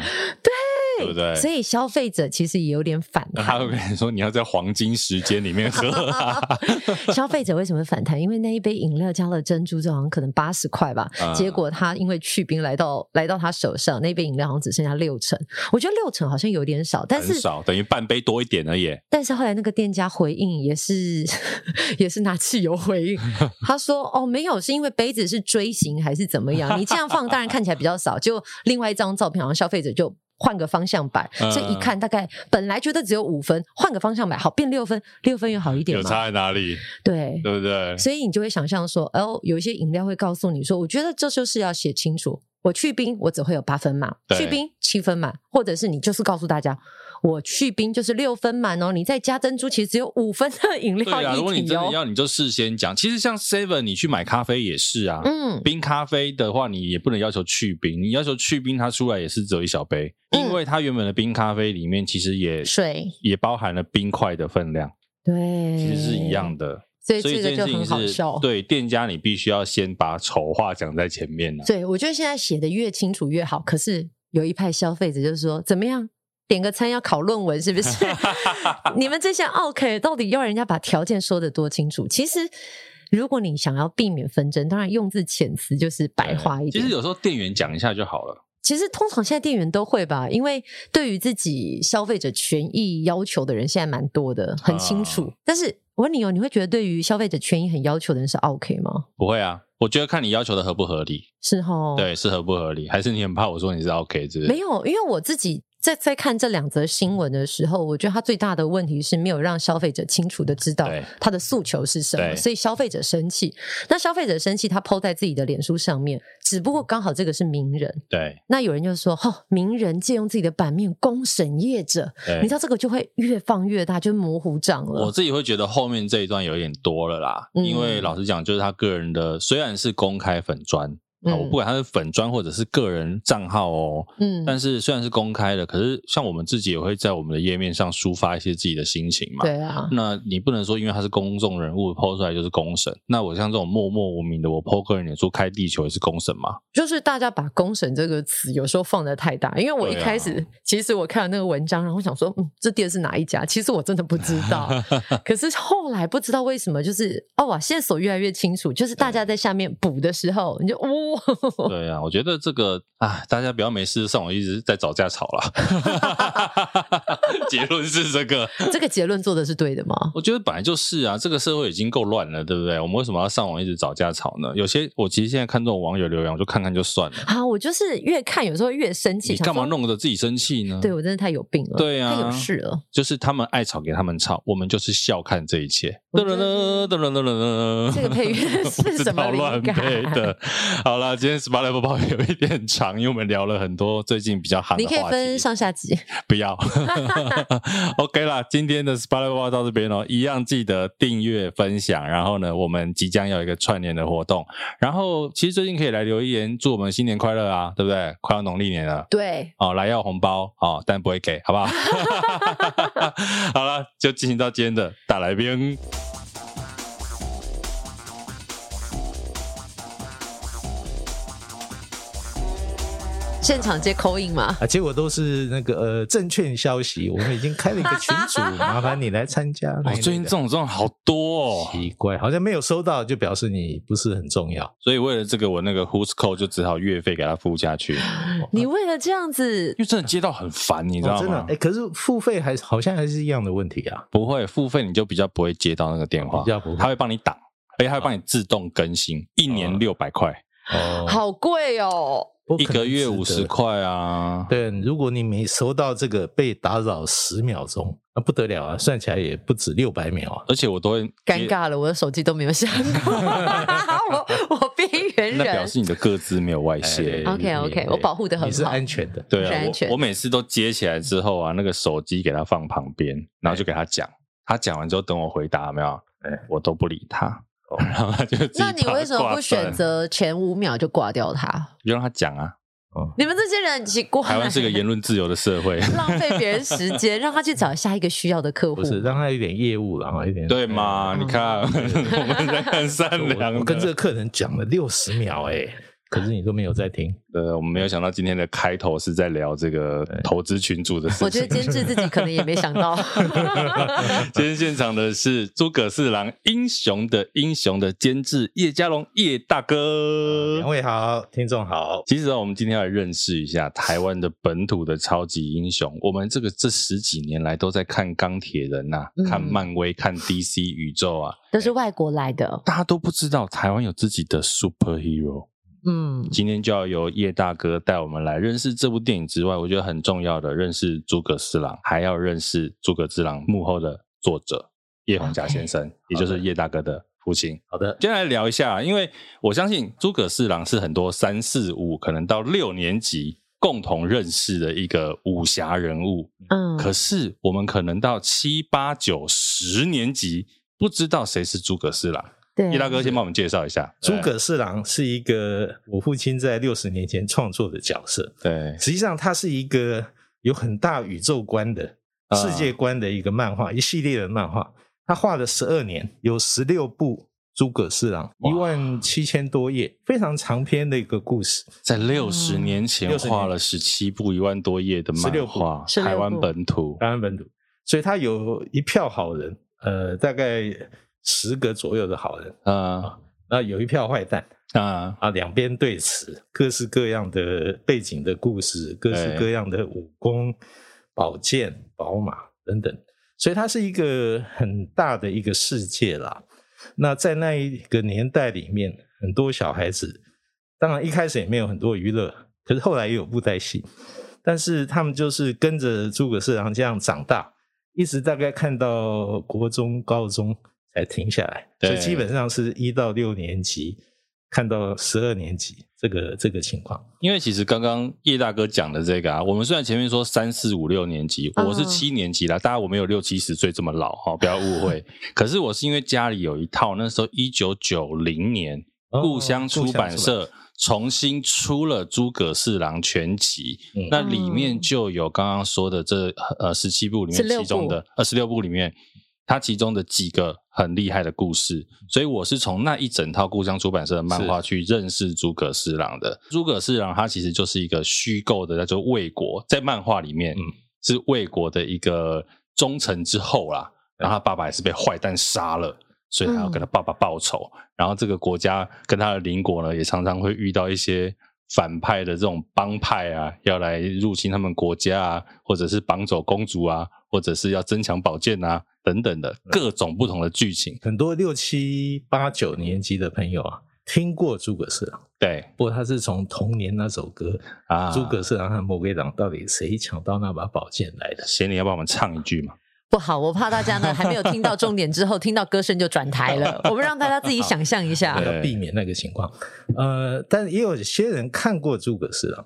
S1: 对不对？
S2: 所以消费者其实也有点反
S1: 那他
S2: 弹。
S1: 会跟你说你要在黄金时间里面喝、啊，
S2: [LAUGHS] 消费者为什么反弹？因为那一杯饮料加了珍珠，就好像可能八十块吧，
S1: 啊
S2: 结果他因为去冰来到来到他手上，那杯饮料好像只剩下六成。我觉得六成好像有点 [LAUGHS] 少，但
S1: 很
S2: 是
S1: 少，等于半杯多一点而已。
S2: 但是后来那个店家回应也是 [LAUGHS] 也是拿汽油回
S1: [LAUGHS]
S2: 应，他说：“哦，没有，是因为杯子是锥形还是怎么样？你这样放当然看起来比较少，就另外一张照片好像消费者就。”换个方向摆，
S1: 嗯
S2: 所以一看大概本来觉得只有五分，换个方向摆好变六分，六分又好一点
S1: 有
S2: 嘛。
S1: 差在哪里？
S2: 对，
S1: 对不对？
S2: 所以你就会想象说，哦，有一些饮料会告诉你说，我觉得这就是要写清楚，我去冰我只会有八分满，
S1: 对
S2: 去冰七分满，或者是你就是告诉大家，我去冰就是六分满哦，你再加珍珠其实只有五分的饮料
S1: 对啊，如果
S2: 一
S1: 你
S2: 体
S1: 真的
S2: 哦。
S1: 要，你就事先讲。其实像 Seven，你去买咖啡也是啊。
S2: 嗯，
S1: 冰咖啡的话，你也不能要求去冰，你要求去冰，它出来也是只有一小杯，因为它原本的冰咖啡里面其实也
S2: 嗯水
S1: 也包含了冰块的分量，
S2: 对，
S1: 其实是一样，的。
S2: 所以
S1: 所以
S2: 这
S1: 这
S2: 个就
S1: 件事
S2: 很好
S1: 情是
S2: 笑。
S1: 对店家，你必须要先把丑话讲在前面啊呢、
S2: 对，我觉得现在写的越清楚越好。可是有一派消费者就是说，怎么样？点个餐要考论文是 [LAUGHS] 不是？你们这些 OK 到底要人家把条件说的多清楚？其实，如果你想要避免纷争，当然用字遣词就是白话一
S1: 其
S2: 点
S1: 实。有时候店员讲一下就好了。
S2: 其实通常现在店员都会吧，因为对于自己消费者权益要求的人现在蛮多的，很清楚。
S1: 啊
S2: 但是我问你哦，你会觉得对于消费者权益很要求的人是 OK 吗？
S1: 不会啊，我觉得看你要求的合不合理，
S2: 是哈？
S1: 对，是合不合理，还是你很怕我说你是 OK 之类的？
S2: 哦没有，因为我自己在在看这两则新闻的时候，我觉得它最大的问题是没有让消费者清楚的知道
S1: 对
S2: 他的诉求是什么，
S1: 对
S2: 所以消费者生气。那消费者生气，他抛在自己的脸书上面，只不过刚好这个是名人。
S1: 对
S2: 那有人就说：“哦，名人借用自己的版面公审业者，
S1: 对，
S2: 你知道这个就会越放越大，就模糊账
S1: 我
S2: 了。
S1: 自己会觉得后面这一段有一点多了啦，
S2: 嗯
S1: 因为老实讲，就是他个人的虽然是公开粉砖、啊，
S2: 嗯
S1: 我不管他是粉砖或者是个人账号哦，”
S2: 嗯，
S1: 但是虽然是公开的，可是像我们自己也会在我们的页面上抒发一些自己的心情嘛。
S2: 对啊，
S1: 那你不能说因为他是公众人物抛出来就是公审，那我像这种默默无名的，我抛个人脸书开地球也是公审
S2: [LAUGHS]
S1: 嘛？
S2: 就是大家把“公审”这个词有时候放的太大，因为我一
S1: 对啊
S2: 开始、其实我看了那个文章，然后想说，嗯，这店是哪一家？其实我真的不知
S1: [LAUGHS]
S2: 道。可是后来不知道为什么，就是哦哇，线索越来越清楚，就是大家在下面补的时候，你就哇、哦， [LAUGHS]
S1: 对啊，我觉得这个啊，大家不要没事上网一直在找架吵
S2: [LAUGHS]
S1: 啦。 [LAUGHS] 结论是这个。
S2: 这个结论做的是对的吗？
S1: 我觉得本来就是啊，这个社会已经够乱了，对不对？我们为什么要上网一直找架吵呢？有些我其实现在看这种网友留言，我就看看就算了。
S2: 啊，我就是越看有时候越生气，
S1: 你
S2: 想
S1: 干嘛
S2: 说？
S1: 弄得自己生气呢？
S2: 对，我真的太有病了，
S1: 对啊
S2: 太有事了。
S1: 就是他们爱吵，给他们吵，我们就是笑看这一切。
S2: 我
S1: 噔
S2: 觉
S1: 噔
S2: 得
S1: 噔噔噔噔噔，
S2: 这个配乐
S1: [LAUGHS]
S2: 是
S1: 不知
S2: 什么
S1: 道
S2: 灵
S1: 乱
S2: 感
S1: 配的。好了，今天 s p o t i f 报有一点长，因为我们聊了很多最近比较夯的
S2: 你
S1: 话
S2: 可
S1: 题。
S2: 以分上下集， [LAUGHS]
S1: 不要。OK 啦，今天的 Spotify 到这边哦，一样记得订阅、分享，然后呢，我们即将有一个串联的活动，然后其实最近可以来留言，祝我们新年快乐啊，对不对？快要农历年了。
S2: 对，
S1: 哦，来要红包哦，但不会给，好不 [LAUGHS] 好？好了，就进行到今天的大来宾。
S2: 现场接口音嘛。
S4: 啊，结果都是那个呃证券消息，我们已经开了一个群
S2: [LAUGHS]
S4: 组，麻烦你来参加。
S1: 哦
S4: 那一类，的
S1: 最近这种这种好多哦，
S4: 奇怪，好像没有收到，就表示你不是很重要。
S1: 所以为了这个，我那个 Who's Call 就只好月费给他付下去，因
S2: 你为了这
S1: [LAUGHS]
S2: 样子，
S1: 为真的接到很烦，你
S4: 你
S1: 知道
S4: 真的
S1: 吗？
S4: 哎，可是付费还好像还是一样的问题啊。
S1: 不会付费，你就比较不会接到那个电话，
S4: 哦比较不会
S1: 他会帮你挡，而且他会帮你自动更新，一年
S4: 哦
S1: 六百块，
S4: 哦，
S2: 好贵哦。
S4: 不
S1: 一
S4: 可能
S1: 个月
S4: 值得
S1: 五十。块啊，
S4: 对，如果你每收到这个被打扰十秒钟，那不得了啊！算起来也不止六百秒啊。
S1: 而且我都会
S2: 尴。尬了，我的手机都没有响过，我 [LAUGHS] 我边缘
S1: 那表
S2: 人。
S1: 示你的个资没有外泄。
S2: 哎 OK，OK，
S4: 你
S2: 我保护得很
S4: 你是
S2: 好
S4: 安全的。
S1: 对
S2: 是
S1: 啊
S2: 安，全
S1: 我我每次都接起来之后啊，那个手机给他放旁边，然后就给他讲，他讲完之后等我回答，有没有
S4: 哎？
S1: 我都不理他，
S4: 哦
S1: [LAUGHS] 然后他就自己
S2: 那你
S1: 把它
S2: 为什么
S1: 挂
S2: 不
S1: 断
S2: 选？择前五秒就挂掉它？
S1: 就让他讲啊。
S4: 哦
S2: 你们这些人很奇怪，
S1: 台湾是个言论自由的社
S4: [LAUGHS]
S1: 会，
S2: 浪费别人时间，让他去找下一个需要的客户
S4: 不。是让他有点业务啦，然后一点
S1: 对嘛？
S2: 嗯
S1: 你
S4: [LAUGHS]
S1: 看，我们人很善
S4: 哎哦我
S1: 良的。
S4: 我跟这个客人讲了六十秒、哎，可是你都没有在听。
S1: 呃，我们没有想到今天的开头是在聊这个投资群主的事情。 [LAUGHS]
S2: 我觉得监制自己可能也没想到，
S1: 今天现场的是诸葛四郎英雄的英雄的监制叶嘉龙叶大
S2: 呃
S1: 哥
S4: 两。位好，听众好，
S1: 其实啊，我们今天要来认识一下台湾的本土的超级英雄。我们这个这十几年来都在看钢铁人呐、
S2: 嗯
S1: 看漫威、看 DC 宇宙啊，
S2: [LAUGHS] 都是外国来的。
S1: 大家都不知道台湾有自己的 superhero。
S2: 嗯，
S1: 今天就要由叶大哥带我们来认识这部电影之外，我觉得很重要的认识诸葛四郎，还要认识诸葛四郎幕后的作者叶宏甲
S2: [LAUGHS]
S1: 先生，也就是叶大哥的父亲。
S4: 好的，
S1: 先来聊一下，因为我相信诸葛四郎是很多三四五可能到六年级共同认识的一个武侠人物，
S2: 嗯，
S1: 可是我们可能到七八九十年级不知道谁是诸葛四郎。
S2: 对
S1: 叶大哥先帮我们介绍一下
S4: 诸葛四郎是一个我父亲在六十年前创作的角色，
S1: 对
S4: 实际上他是一个有很大宇宙观的、
S1: 啊
S4: 世界观的一个漫画，一系列的漫画，他画了十二年，有十六部。诸葛四郎
S1: 哇
S4: 一万七千多页，非常长篇的一个故事。
S1: 在六十年前
S4: 60年嗯
S1: 画了十七部一万多页的漫
S4: 16部
S1: 画，
S2: 16部
S1: 台湾本土
S4: 台湾本土，所以他有一票好人，呃，大概十个左右的好人，
S1: 啊
S4: 那有一票坏蛋
S1: 啊
S4: 啊，两边对峙，各式各样的背景的故事，各式各样的武功、宝剑、宝马等等，所以它是一个很大的一个世界啦。那在那一个年代里面，很多小孩子，当然一开始也没有很多娱乐，可是后来也有布袋戏，但是他们就是跟着诸葛四郎这样长大，一直大概看到国中、高中才停下来，
S1: 对
S4: 所以基本上是一到六年级看到十二年级这个这个情况。
S1: 因为其实刚刚叶大哥讲的这个啊，我们虽然前面说三四五六年级，
S2: 嗯
S1: 我是七年级啦，当然我没有六七十岁这么老哈、哦，不要误
S4: [LAUGHS]
S1: 会。可是我是因为家里有一套，那时候一九九零年
S4: 哦
S1: 故乡出版
S4: 故乡出
S1: 社重新出了《诸葛四郎全集》
S4: 嗯
S1: 那里面就有刚刚说的这呃十七部里面
S2: 16
S1: 其中的二十六部里面。它其中的几个很厉害的故事，所以我是从那一整套故乡出版社的漫画去认识诸葛四郎的。诸葛四郎他其实就是一个虚构的，叫做魏国，在漫画里面、
S4: 嗯
S1: 是魏国的一个忠臣之后啦，然后他爸爸也是被坏蛋杀了。所以他要跟他爸爸报仇，然后这个国家跟他的邻国呢，也常常会遇到一些反派的这种帮派啊，要来入侵他们国家啊，或者是绑走公主啊，或者是要增强宝剑啊等等的各种不同的剧情。
S4: 很多六七八九年级的朋友啊，听过诸葛四郎，
S1: 对
S4: 不过他是从童年那首歌
S1: 啊，
S4: 《诸葛四郎和魔鬼党》到底谁抢到那把宝剑来的？
S1: 贤你要帮我们唱一句嘛？
S2: 不好，我怕大家呢还没有听到重点之后，听到歌声就转台
S1: [LAUGHS]
S2: 了。我们让大家自己想象一下
S1: 对。
S4: 要避免那个情况。呃，但也有些人看过诸葛四郎，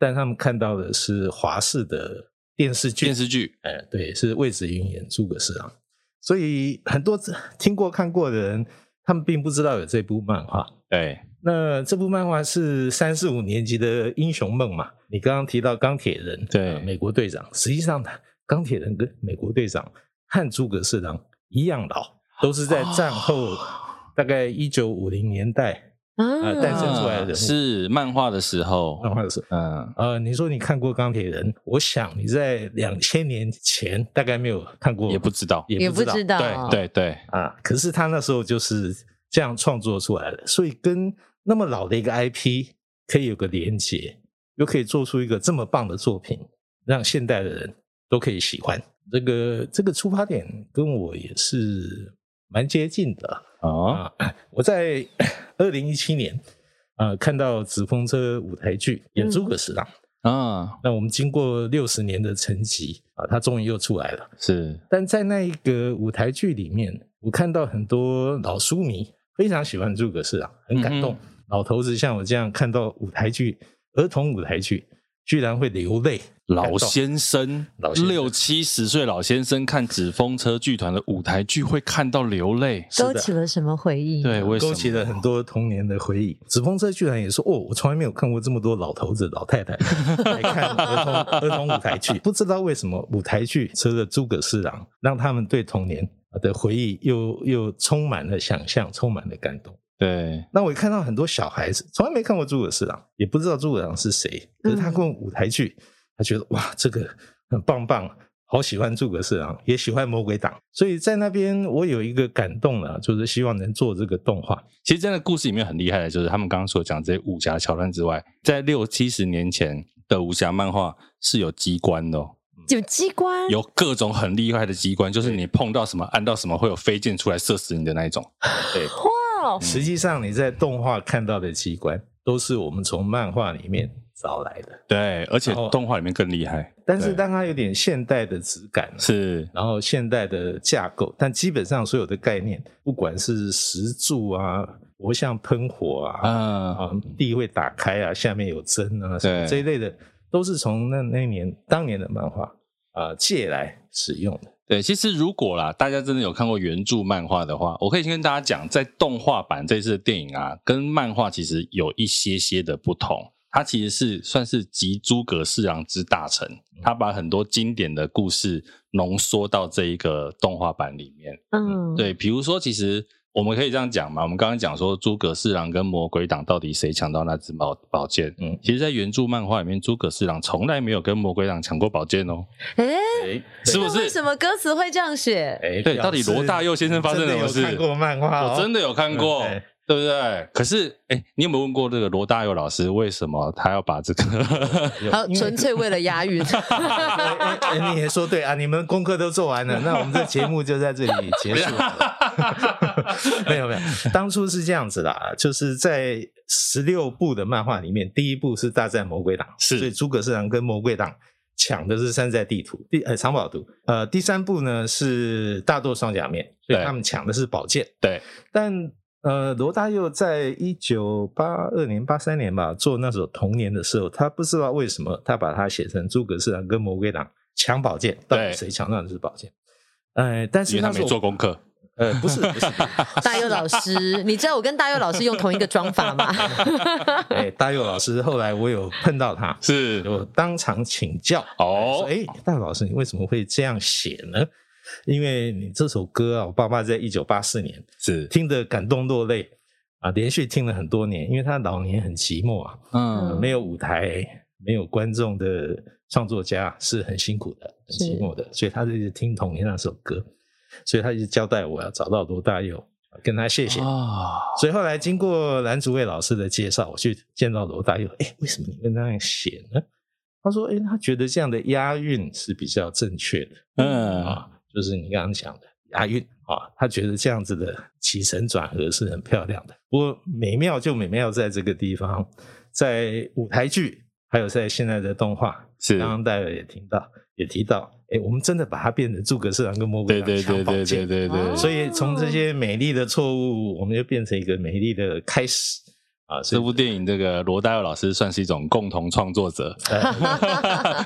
S4: 但他们看到的是华视的电视剧
S1: 电，视剧
S4: 呃，对，是魏子云演诸葛四郎，所以很多听过看过的人，他们并不知道有这部漫画。
S1: 对
S4: 那这部漫画是三四五年级的英雄梦嘛？你刚刚提到钢铁人，
S1: 对
S4: 呃美国队长，实际上他钢铁人跟美国队长和诸葛四郎一样老，都是在战后、大概一九五零年代
S2: 啊
S4: 诞生出来的人
S1: 嗯
S4: 物哦
S1: 是漫画的时候，
S4: 漫画的时候。
S1: 嗯，
S4: 呃，你说你看过钢铁人，我想你在两千年前大概没有看过，
S1: 也不知道，
S4: 也
S2: 也
S4: 不
S2: 不
S4: 知道
S2: 知道，
S1: 对对对，
S4: 啊。可是他那时候就是这样创作出来的，所以跟那么老的一个 IP 可以有个连接，又可以做出一个这么棒的作品，让现代的人都可以喜欢。这个这个出发点跟我也是蛮接近的
S1: 哦，
S4: 啊。我在二零一七年呃，看到纸风车舞台剧也诸葛十郎，
S1: 啊，
S4: 那我们经过六十年的沉寂啊，他终于又出来了。
S1: 是
S4: 但在那一个舞台剧里面，我看到很多老书迷非常喜欢诸葛四郎，很感动。
S1: 嗯
S4: 老头子像我这样看到舞台剧，儿童舞台剧居然会流泪，感
S1: 老
S4: 动
S1: 先生
S4: 老，先生
S1: 六七十岁老先生看纸风车剧团的舞台剧会看到流泪，
S4: 是
S2: 勾
S4: 的
S2: 起了什么回忆？
S1: 对，为什么
S4: 勾起了很多童年的回忆。紫风车居然也说：“哦，我从来没有看过这么多老头子、老
S1: [LAUGHS]
S4: 太太来看儿童儿童舞台剧。”不知道为什么舞台剧除了诸葛四郎，让他们对童年的回忆又又充满了想象，充满了感动。
S1: 对，
S4: 那我也看到很多小孩子从来没看过诸葛四郎，也不知道诸葛四郎是谁，可是他看舞台剧，他觉得哇，这个很棒棒，好喜欢诸葛四郎，也喜欢魔鬼党，所以在那边我有一个感动了，就是希望能做这个动画。
S1: 其实真的故事里面很厉害的，就是他们刚刚所讲这些武侠桥段之外，在六七十年前的武侠漫画是有机关的、哦，
S2: 有机关，
S1: 有各种很厉害的机关，就是你碰到什么按到什么会有飞剑出来射死你的那一种。
S2: 哇，
S4: 实际上你在动画看到的机关，都是我们从漫画里面找来的，
S1: 对，而且
S4: 然后
S1: 动画里面更厉害，
S4: 但是
S1: 对
S4: 当它有点现代的质感了。
S1: 是
S4: 然后现代的架构，但基本上所有的概念，不管是石柱啊、佛像喷火啊、
S1: 啊、
S4: 啊，地会打开啊，下面有针啊，什
S1: 对
S4: 么这一类的，都是从那那一年当年的漫画啊、呃借来使用的。
S1: 对，其实如果啦，大家真的有看过原著漫画的话，我可以先跟大家讲，在动画版这次的电影啊，跟漫画其实有一些些的不同。它其实是算是集诸葛四郎之大成，他把很多经典的故事浓缩到这一个动画版里面。
S2: 嗯，，
S1: 对，比如说，其实我们可以这样讲嘛，我们刚刚讲说诸葛四郎跟魔鬼党到底谁抢到那支宝宝剑？嗯
S4: 嗯，
S1: 其实，在原著漫画里面，诸葛四郎从来没有跟魔鬼党抢过宝剑哦。
S2: 哎，
S4: 哎，
S1: 是不
S2: 那为
S1: 是？
S2: 什么歌词会这样写？
S4: 哎
S1: 对到底罗大佑先生发生了什么事
S4: 真的有看过漫画、哦，
S1: 我真的有看过，
S4: 嗯
S1: 对不对？可是，哎，你有没有问过这个罗大佑老师，为什么他要把这个？
S4: 有
S2: 好，
S4: 因为
S2: 纯粹为了押
S1: [LAUGHS]
S2: 韵。
S4: 哎哎你也说对啊，你们功课都做完了，那我们这节目就在这里结束
S1: [LAUGHS]
S4: 了。没有没有，当初是这样子啦，就是在十六部的漫画里面，第一部是大战魔鬼党，
S1: 是
S4: 所以诸葛四郎跟魔鬼党抢的是山寨地图，第呃藏宝图，呃第三部呢是大斗双甲面，所以
S1: 对
S4: 他们抢的是宝剑，
S1: 对，
S4: 但。呃，罗大佑在一九八二年、八三年吧做那首《童年》的时候，他不知道为什么他把它写成诸葛四郎跟魔鬼党抢宝剑，到底谁抢到的是宝剑？呃，但
S1: 因
S4: 是
S1: 为他
S4: 那时
S1: 没
S4: 候
S1: 做功课。
S4: 呃，不是不是，
S2: 大佑老师，你知道我跟大佑老师用同一个装
S1: [LAUGHS]
S2: 法吗？
S4: 哎，大佑老师后来我有碰到他，
S1: 是
S4: 我当场请教，
S1: 哦
S4: 说，哎，大佑老师，你为什么会这样写呢？因为你这首歌啊，我爸爸在一九八四年
S1: 是，
S4: 听得感动落泪啊，连续听了很多年，因为他老年很寂寞啊，
S1: 嗯，
S4: 没有舞台，没有观众的创作家是很辛苦的，很
S2: 是
S4: 寂寞的，所以他就一直听童年那首歌，所以他一直交代我要找到罗大佑，跟他谢谢。
S1: 啊，
S4: 所以后来经过蓝竹卫老师的介绍，我去见到罗大佑，哎，为什么你会那样写呢？他说，哎，他觉得这样的押韵是比较正确的。
S1: 嗯，
S4: 啊，就是你刚刚讲的押韵啊，他觉得这样子的起承转合是很漂亮的。不过美妙就美妙在这个地方，在舞台剧，还有在现在的动画，
S1: 是
S4: 刚刚戴尔也听到，也提到，哎，我们真的把它变成诸葛四郎跟魔
S1: 对
S4: 鬼党
S1: 对
S4: 抢
S1: 对
S4: 宝
S1: 对对
S4: 剑。
S1: 对对，
S2: 哦
S4: 所以从这些美丽的错误，我们就变成一个美丽的开始啊！所
S1: 这
S4: 以
S1: 部电影，这个罗大佑老师算是一种共同创作者，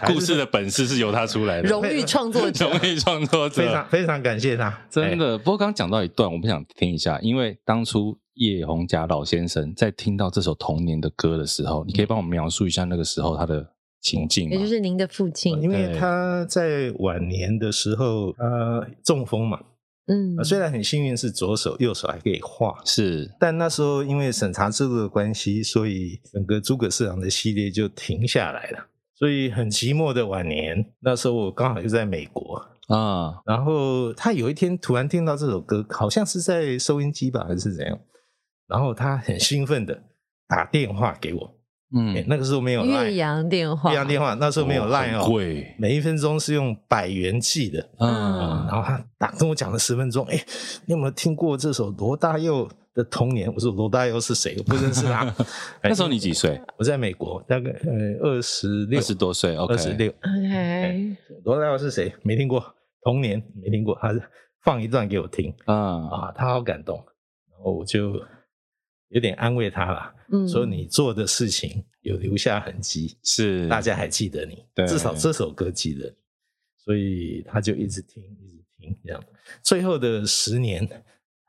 S1: 故事的本事是由他出来的，
S2: 荣誉创作者
S1: 容易创作者，
S4: 非常非常感谢他，哎
S1: 真的。不过刚刚讲到一段，我们想听一下，因为当初叶宏甲老先生在听到这首《童年》的歌的时候，你可以帮我描述一下那个时候他的情境
S2: 也就
S1: 吗？
S2: 是您的父亲
S4: 因。为
S1: 对
S4: 他在晚年的时候，呃，中风嘛，
S2: 嗯
S4: 啊，虽然很幸运是左手，右手还可以画，
S1: 是
S4: 但那时候因为审查制度的关系，所以整个诸葛四郎的系列就停下来了。所以很寂寞的晚年，那时候我刚好就在美国，
S1: 啊，
S4: 然后他有一天突然听到这首歌，好像是在收音机吧，还是怎样，然后他很兴奋的打电话给我，
S1: 嗯，
S4: 诶那个时候没有 line，
S2: 岳阳电话，
S4: 岳阳电话，哎那时候没有 line
S1: 很
S4: 哦，
S1: 贵，
S4: 每一分钟是用百元计的，
S1: 嗯。
S4: 啊然后他打跟我讲了十分钟，哎，你有没有听过这首罗大佑的童年，我说罗大佑是谁？我不认识他
S1: [LAUGHS]
S4: 哎
S1: 那时候你几岁？
S4: 我在美国，大概呃二十六
S1: 二，十多岁，OK，
S4: 二十六。
S2: OK，
S4: 罗大佑是谁？没听过，童年没听过。他放一段给我听
S1: 啊，
S4: 啊，他好感动，然后我就有点安慰他了，
S2: 嗯
S4: 说你做的事情有留下痕迹，
S1: 是
S4: 大家还记得你
S1: 对，
S4: 至少这首歌记得你，所以他就一直听，一直听这样。最后的十年，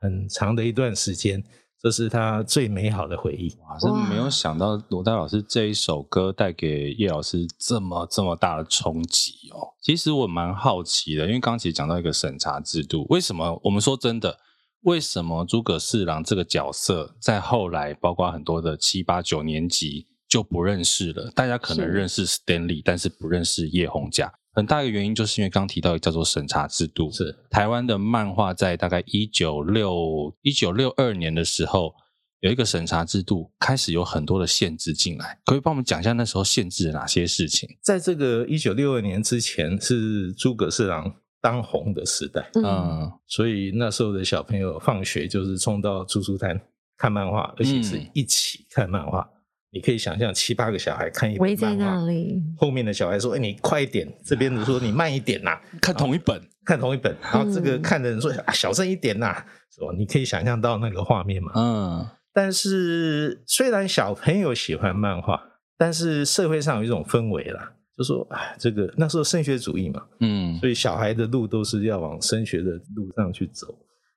S4: 很长的一段时间，这是他最美好的回忆。
S1: 哇，真没有想到罗大老师这一首歌带给叶老师这么这么大的冲击哦。其实我蛮好奇的，因为刚刚其实讲到一个审查制度，为什么我们说真的，为什么诸葛四郎这个角色在后来，包括很多的七八九年级就不认识了？大家可能
S2: 是
S1: 认识 Stanley，但是不认识叶红甲。很大一个原因就是因为刚刚提到一个叫做审查制度，
S4: 是
S1: 台湾的漫画在大概一九六一九六二年的时候，有一个审查制度，开始有很多的限制进来。可不可以帮我们讲一下那时候限制了哪些事情？
S4: 在这个一九六二年之前，是诸葛四郎当红的时代，
S2: 嗯
S1: 嗯，
S4: 所以那时候的小朋友放学就是冲到租书摊看漫画，而且是一起看漫画。你可以想象七八个小孩看一
S2: 围
S4: 本
S2: 在
S4: 漫
S2: 那
S4: 画，
S2: 里，
S4: 后面的小孩说：“哎、你快一点！”这边的说：“你慢一点呐、
S1: 看同一本，
S4: 看同一本，然后这个看的人说、啊、小声一点呐、是吧？你可以想象到那个画面嘛。
S1: 嗯，
S4: 但是虽然小朋友喜欢漫画，但是社会上有一种氛围啦，就说啊，这个那时候升学主义嘛，
S1: 嗯，
S4: 所以小孩的路都是要往升学的路上去走。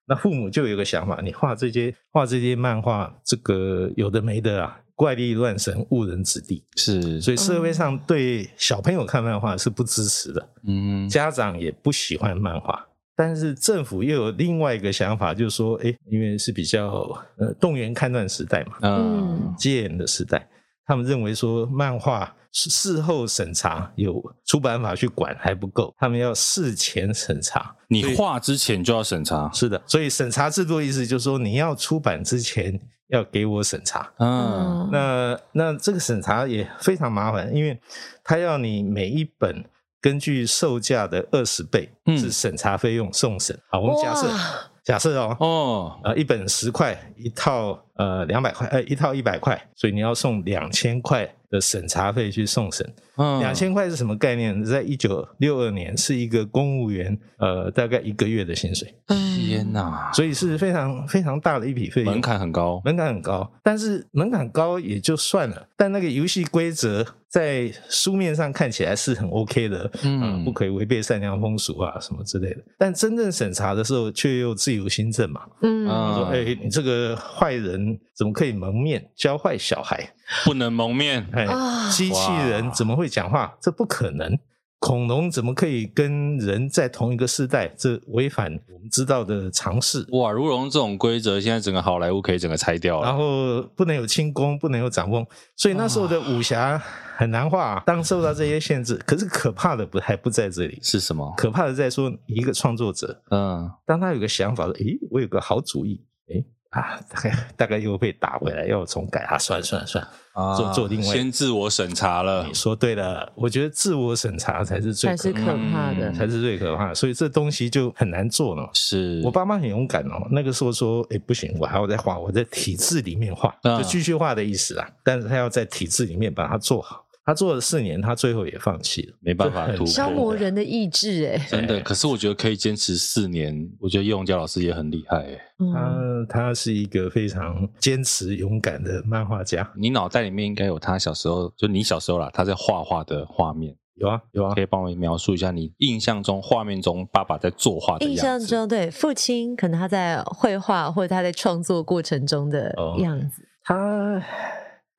S4: 那父母就有一个想法，你画这些画这些漫画，这个有的没的啊，怪力乱神，误人子弟。
S1: 是，
S4: 所以社会上对小朋友看漫画是不支持的。
S1: 嗯，
S4: 家长也不喜欢漫画，但是政府又有另外一个想法，就是说，哎，因为是比较呃动员戡乱时代嘛，
S1: 嗯，
S4: 戒严的时代，他们认为说漫画事事后审查有出版法去管还不够，他们要事前审查。
S1: 你画之前就要审查，
S4: 是的，所以审查制度的意思就是说，你要出版之前要给我审查。
S1: 嗯，
S4: 那那这个审查也非常麻烦，因为他要你每一本根据售价的二十倍
S1: 嗯
S4: 是审查费用送审。好，我们假设
S2: 哇
S4: 假设哦，
S1: 哦，
S4: 呃，一本十块，一套呃两百块，呃一套一百块，所以你要送两千块的审查费去送审。
S1: 嗯，
S4: 两千块是什么概念？在一九六二年是一个公务员呃大概一个月的薪水，
S1: 天哪，
S4: 所以是非常非常大的一笔费用。
S1: 门槛很高，
S4: 哦门槛很高，但是门槛高也就算了，但那个游戏规则在书面上看起来是很 OK 的，
S1: 嗯
S4: 啊不可以违背善良风俗啊什么之类的。但真正审查的时候，却又自由新政嘛，
S2: 嗯，
S1: 嗯
S4: 说哎、你这个坏人怎么可以蒙面教坏小孩？
S1: 不能蒙面，
S4: 哎
S2: 啊，
S4: 机器人怎么会讲话？这不可能。恐龙怎么可以跟人在同一个世代？这违反我们知道的常识。
S1: 哇，如龙这种规则，现在整个好莱坞可以整个拆掉
S4: 然
S1: 了，
S4: 后不能有轻功，不能有掌风，所以那时候的武侠很难画、当受到这些限制，可是可怕的不还不在这里，
S1: 是什么？
S4: 可怕的在说一个创作者，
S1: 嗯，
S4: 当他有个想法说：“诶，我有个好主意，诶啊， [LAUGHS] 大概大概又被打回来，要重改啊，算了算了算了。
S1: 啊
S4: 做做另外
S1: 先自我审查了
S4: 你，啊说对了，我觉得自我审查才是最
S2: 才是
S4: 可
S2: 可怕的
S1: 嗯，
S4: 才是最可怕的，所以这东西就很难做了。
S1: 是
S4: 我爸妈很勇敢哦，那个时候说，哎，不行，我还要再画，我在体制里面画，
S1: 嗯
S4: 就继续画的意思啊。但是他要在体制里面把它做好。他做了四年，他最后也放弃了，
S1: 没办法
S4: 这很
S1: 突破
S2: 消磨人的意志，哎，
S1: 真的，可是我觉得可以坚持四年，我觉得叶永嘉老师也很厉害耶。
S2: 嗯
S4: 他他是一个非常坚持勇敢的漫画家。
S1: 你脑袋里面应该有他小时候，就你小时候啦，他在画画的画面，
S4: 有啊有啊
S1: 可，以帮我描述一下你印象中画面中爸爸在作画的样
S2: 印
S1: 子。
S2: 象中，对父亲可能他在绘画或者他在创作过程中的
S4: 哦
S2: 样子，
S4: 他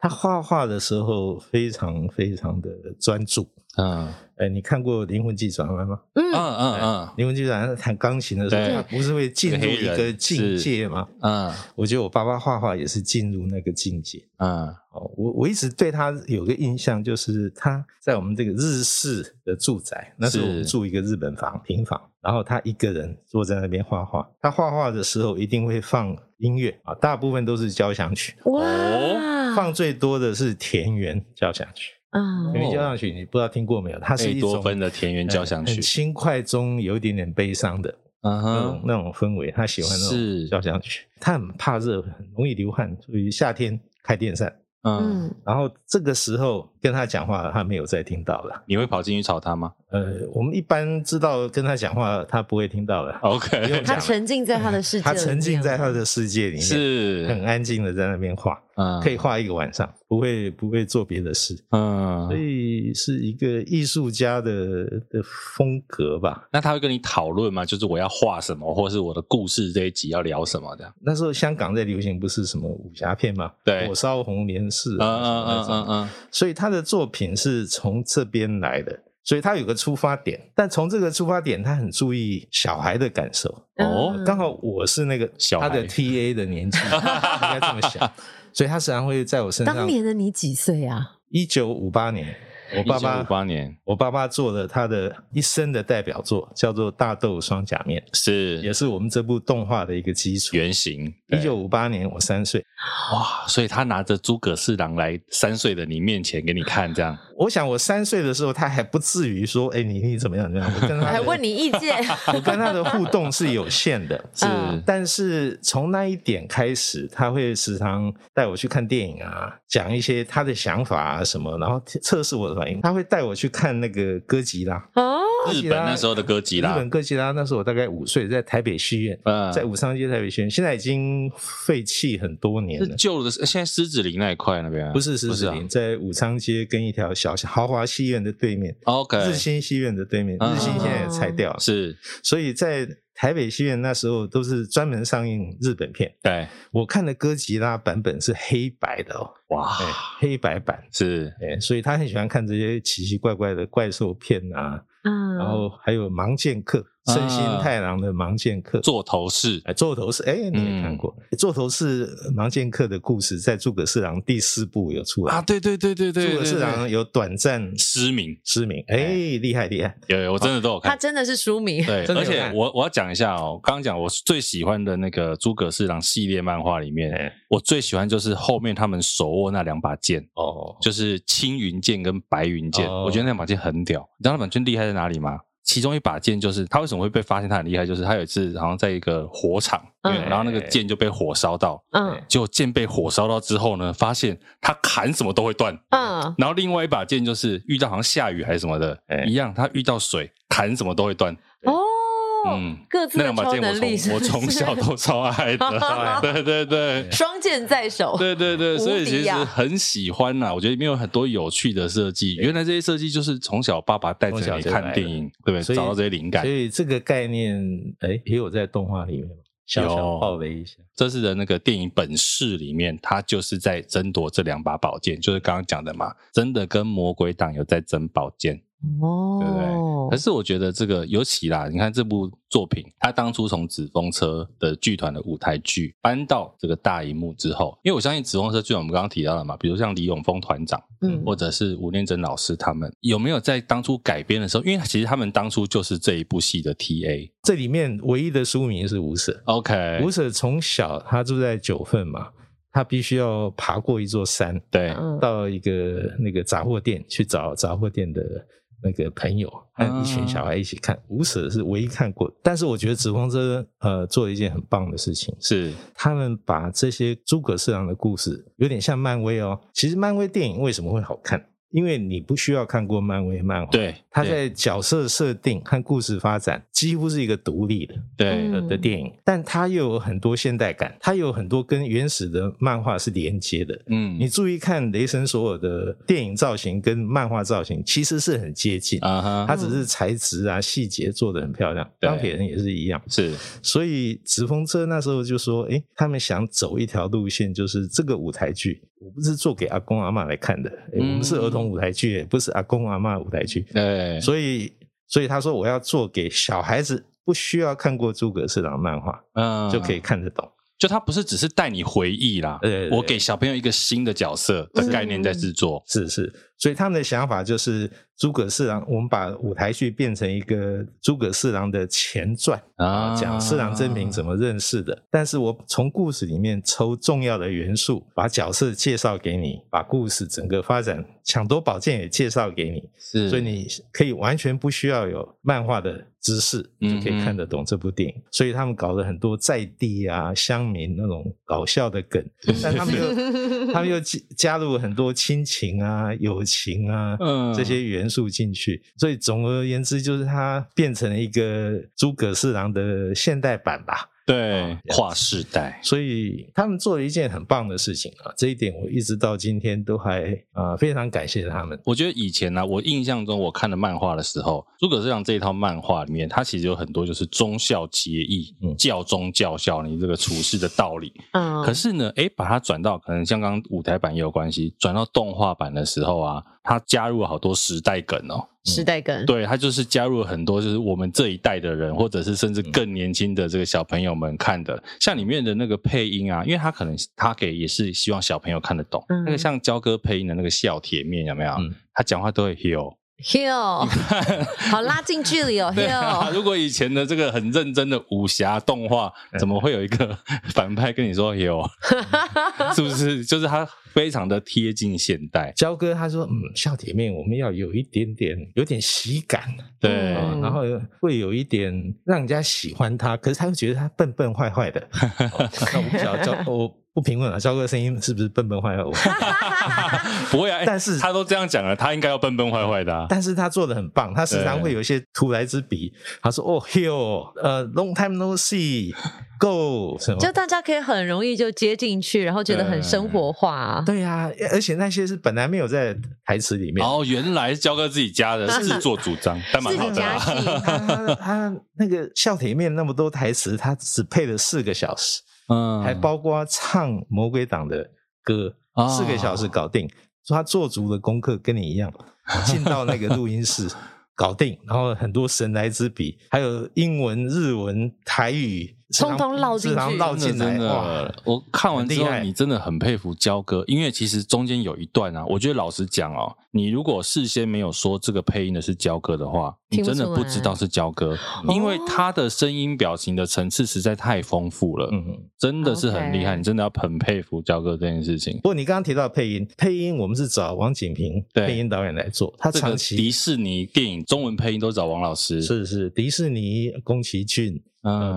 S4: 他画画的时候非常非常的专注。
S1: 嗯
S4: 哎，你看过《灵魂急转弯》吗？
S1: 嗯
S2: 嗯，
S1: 嗯
S4: 灵魂急转弯弹钢琴的时候，
S1: 对
S4: 他不是会进入
S1: 黑
S4: 一
S1: 人
S4: 个境
S1: 是
S4: 界吗？
S1: 嗯
S4: 我觉得我爸爸画画也是进入那个境界。
S1: 嗯
S4: 哦，我我一直对他有个印象，就是他在我们这个日式的住宅，那时候我们住一个日本房平房，然后他一个人坐在那边画画。他画画的时候一定会放音乐啊，大部分都是交响曲，
S1: 哦
S2: 哇，
S4: 放最多的是田园交响曲。
S2: 啊
S4: 田园交响曲你不知道听过没有？它
S1: 嗯，
S4: 是
S1: 哦贝
S4: 一
S1: 多
S4: 种
S1: 芬的田园交响
S4: 很
S1: 曲，
S4: 轻快中有一点点悲伤的，
S1: 嗯
S4: 那种
S1: 哼，
S4: 那种氛围，他喜欢那
S1: 是
S4: 种交响曲。他很怕热，很容易流汗，所以夏天开电扇。
S1: 嗯，
S2: 嗯，
S4: 然后这个时候跟他讲话，他没有再听到了。
S1: 你会跑进去吵他吗
S4: 呃，我们一般知道跟他讲话，他不会听到了。不用
S1: ？OK，
S4: 讲
S2: 他
S4: 了
S2: 沉浸哦在他
S4: [LAUGHS]
S2: 的世界，哦
S4: 他沉浸在他，的世界里面，很
S1: [LAUGHS] 是，
S4: 安静的在那边画，
S1: 嗯，
S4: 可以，画一个晚上，不会不会做别的事。所
S1: 嗯，
S4: 以是一个艺术家的的风格吧。
S1: 那他会跟你讨论吗？就是我要画什么，或是我的故事这一集要聊什么的？
S4: 那时候香港在流行不是什么武侠片吗？
S1: 对
S4: 火烧红莲寺
S1: 嗯
S4: 啊，什么
S1: 嗯
S4: 那
S1: 嗯
S4: 种
S1: 嗯
S4: 所以他的作品是从这边来的，所以他有个出发点，但从这个出发点，他很注意小孩的感受。
S2: 嗯
S1: 哦
S4: 刚好我是那个
S1: 小孩
S4: 他的 TA 的年
S1: [LAUGHS]
S4: 纪，应该这么想，所以他时常会在我身
S2: 当
S4: 上。
S2: 年的你几岁啊？
S4: 一九五八年，我
S1: 嗯，
S4: 爸
S1: 五
S4: 爸，
S1: 八年
S4: 我爸爸做了他的一生的代表作，叫做《大豆双假面》，
S1: 是
S4: 也是我们这部动画的一个基础。
S1: 原型，对
S4: 一九五八年，我三岁。
S1: 哇，所以他拿着诸葛四郎来三岁的你面前给你看，这样，
S4: 我想我三岁的时候，他还不至于说：“哎，你你怎么样？怎么样？”我跟他的
S2: 还问你意
S1: [LAUGHS]
S2: 见，
S4: 我跟他的互动是有限的，
S1: 是
S2: 嗯
S4: 但是从那一点开始，他会时常带我去看电影啊，讲一些他的想法啊什么，然后测试我的反应。他会带我去看那个哥吉拉，
S2: 哦，
S1: 日本那时候的哥吉
S4: 日
S1: 拉
S4: 本，哥吉拉。那时候我大概五岁，在台北戏院，
S1: 嗯
S4: 在武商街台北戏院，现在已经废弃很多年
S1: 是
S4: 了。
S1: 旧的，现在狮子林那一块那边啊
S4: 不是狮子
S1: 啊
S4: 林，在武昌街跟一条小豪华戏院的对面，
S1: ，OK，
S4: 日新戏院的对面，
S1: 嗯
S4: 日新现在也拆掉了。
S1: 是，
S4: 所以在台北戏院那时候都是专门上映日本片。
S1: 对，
S4: 我看的哥吉拉版本是黑白的哦，
S1: 哇
S4: 哎，黑白版，
S1: 是
S4: 哎，所以他很喜欢看这些奇奇怪怪的怪兽片啊，
S2: 嗯，
S4: 然后还有盲剑客，
S1: 啊
S4: 圣心太郎的盲剑客。
S1: 座头嗯市，
S4: 哎，座头是哎，你也看过？座头是盲剑客的故事，在诸葛四郎第四部有出来
S1: 啊，。对对对对对，
S4: 诸葛
S1: 对
S4: 四
S1: 对
S4: 郎有短暂
S1: 失明，
S4: 失明，哎，厉害厉害！
S1: 有有，我真的都有
S2: 他
S1: 看。
S2: 真的是书迷，
S1: 对，
S4: [LAUGHS] 真的
S1: 而
S4: 有
S1: 且
S4: 看
S1: 我我要讲一下哦，刚刚讲我最喜欢的那个诸葛四郎系列漫画里面，
S4: 哎，
S1: 我最喜欢就是后面他们手握那两把剑，
S4: 哦，
S1: 就是青云剑跟白云剑，
S4: 哦
S1: 我觉得那把剑很屌。你知道那把剑厉害在哪里吗？其中一把剑就是他为什么会被发现他很厉害，就是他有一次好像在一个火场，
S2: 嗯
S1: 然后那个剑就被火烧到，
S2: 嗯
S1: 结果剑被火烧到之后呢，发现他砍什么都会断。
S2: 嗯，
S1: 然后另外一把剑就是遇到好像下雨还是什么的，
S4: 哎
S1: 一样，他遇到水砍什么都会断。
S2: 哦，
S1: 嗯，
S2: 各自
S1: 那
S2: 的
S1: 两把
S2: 超
S1: 剑我
S2: 能力是
S1: 从我
S2: 不是，，
S1: 从小都超爱的对对对。
S2: 双剑在手，
S1: 对对对，
S2: 无
S1: 所以
S2: 敌
S1: 其实
S2: 啊
S1: 很喜欢呐、我觉得里面有很多有趣的设计。原来这些设计就是从小爸爸带着
S4: 从小
S1: 你
S4: 就来
S1: 看
S4: 了
S1: 电影，对不对？
S4: 所以
S1: 找到这些灵感
S4: 所。以这个概念，哎，也有在动画里面嘛，小小爆雷一下。
S1: 这次的那个电影本事里面，他就是在争夺这两把宝剑，就是刚刚讲的嘛，真的跟魔鬼党有在争宝剑。
S2: 哦，
S1: 对不对？可是我觉得这个尤其啦，你看这部作品，它当初从纸风车的剧团的舞台剧搬到这个大荧幕之后，因为我相信纸风车剧团我们刚刚提到了嘛，比如像李永峰团长，
S2: 嗯
S1: 或者是吴念真老师他们，有没有在当初改编的时候？因为其实他们当初就是这一部戏的 TA。
S4: 这里面唯一的书名是吴舍，
S1: OK，
S4: 吴舍从小他住在九份嘛，他必须要爬过一座山，
S1: 对，
S2: 嗯
S4: 到一个那个杂货店去找杂货店的那个朋友，和一群小孩一起看。吴舍是唯一看过的，但是我觉得紫风车呃做了一件很棒的事情，
S1: 是
S4: 他们把这些诸葛四郎的故事，有点像漫威哦。其实漫威电影为什么会好看？因为你不需要看过漫威漫画，，
S1: 对，
S4: 它在角色设定和故事发展几乎是一个独立的
S1: 对
S2: 嗯
S4: 的电影，但它又有很多现代感，它有很多跟原始的漫画是连接的。
S1: 嗯，
S4: 你注意看雷神索尔的电影造型跟漫画造型其实是很接近，
S1: 啊哈
S4: 它只是材质啊细节做的很漂亮，
S1: 对
S4: 钢铁人也是一样。
S1: 是
S4: 所以直风车那时候就说，诶，他们想走一条路线，就是这个舞台剧，我不是做给阿公阿嬷来看的，诶我
S1: 嗯
S4: 们是儿童舞台剧，也不是阿公阿嬷舞台剧，
S1: 对，
S4: 所以，所以他说我要做给小孩子，不需要看过诸葛四郎漫画、
S1: 嗯
S4: 就可以看得懂。
S1: 就它不是只是带你回忆啦，
S4: 对对对嗯
S1: 我给小朋友一个新的角色的概念在制作，
S4: 是是，所以他们的想法就是诸葛四郎，我们把舞台剧变成一个诸葛四郎的前传
S1: 啊
S4: 嗯讲四郎真平怎么认识的。但是我从故事里面抽重要的元素，把角色介绍给你，把故事整个发展，抢夺宝剑也介绍给你，
S1: 是，
S4: 所以你可以完全不需要有漫画的知识，
S1: 嗯
S4: 就可以看得懂这部电影。所以他们搞了很多在地啊、乡民那种搞笑的梗，但他们
S1: [LAUGHS]
S4: 又他们又加加入很多亲情啊、友情啊。
S1: 嗯
S4: 这些元素进去，所以总而言之，就是它变成了一个诸葛四郎的现代版吧。哦
S1: 对跨世代，
S4: 所以他们做了一件很棒的事情啊，这一点我一直到今天都还啊、呃非常感谢他们。
S1: 我觉得以前呢、我印象中我看的漫画的时候，诸葛四郎这一套漫画里面，它其实有很多就是忠孝节义、
S4: 嗯
S1: 教忠教孝，你这个处事的道理。
S2: 嗯，
S1: 可是呢，诶，把它转到可能像刚刚舞台版也有关系，转到动画版的时候啊，它加入了好多时代梗哦。
S2: 时代梗，
S1: 对，它就是加入了很多就是我们这一代的人，或者是甚至更年轻的这个小朋友们看的，像里面的那个配音啊，因为他可能他给也是希望小朋友看得懂。
S2: 嗯
S1: 那个像焦哥配音的那个笑铁面有没有？
S4: 嗯
S1: 他讲话都会 hill。
S2: Hill，好
S1: [LAUGHS]
S2: 拉近距离哦
S1: 对啊， [LAUGHS]
S2: ，Hill，
S1: 如果以前的这个很认真的武侠动画，怎么会有一个反派跟你说 hill？是不是？就是他非常的贴近现代。
S4: 焦哥他说，嗯，笑铁面我们要有一点点，有点喜感，
S1: 对，
S4: 啊
S2: 嗯
S4: 然后会有一点让人家喜欢他，可是他又觉得他笨笨坏坏的。哦那我不晓得焦，我不评论了，焦哥声音是不是笨笨坏坏？我
S1: 不会啊。诶
S4: 但是
S1: 他都这样讲了，他应该要笨笨坏坏的、啊。
S4: 但是他做的很棒，他时常
S1: 对
S4: 会有一些突来之笔，他说哦 h i l l 呃，long time no see，go 什么。
S2: 就大家可以很容易就接进去，然后觉得很生活化啊。
S4: 对呀、而且那些是本来没有在台词里面，
S1: 哦，原来是焦哥自己家
S2: [LAUGHS]
S1: 的自作主张，但蛮好的啦。
S2: 自己加戏，
S4: 他他那个笑铁面那么多台词，他只配了四个小时，
S1: [LAUGHS] 嗯
S4: 还包括唱《魔鬼党》的歌
S1: 哦，
S4: 四个小时搞定。说他做足了功课，跟你一样，进到那个录音室搞定，然后很多神来之笔，还有英文、日文、台语，
S2: 通通绕进去
S4: 然后绕进
S1: 真的
S4: 来，
S1: 真
S4: 哇
S1: 的！，我看完之
S4: 很厉
S1: 后，
S4: 害
S1: 你真的很佩服焦哥，因为其实中间有一段啊，我觉得老实讲哦，你如果事先没有说这个配音的是焦哥的话，你
S2: 听不
S1: 真的
S2: 出
S1: 不
S2: 来
S1: 知道是焦哥，因为他的声音、表情的层次实在太丰富了，
S4: 嗯。
S1: 真的是很厉害，
S2: OK
S1: 你真的要很佩服焦哥这件事情。
S4: 不过你刚刚提到配音，配音我们是找王景平
S1: 对
S4: 配音导演来做，他
S1: 这个
S4: 长期
S1: 迪士尼电影中文配音都找王老师，
S4: 是是，迪士尼、宫崎骏，呃，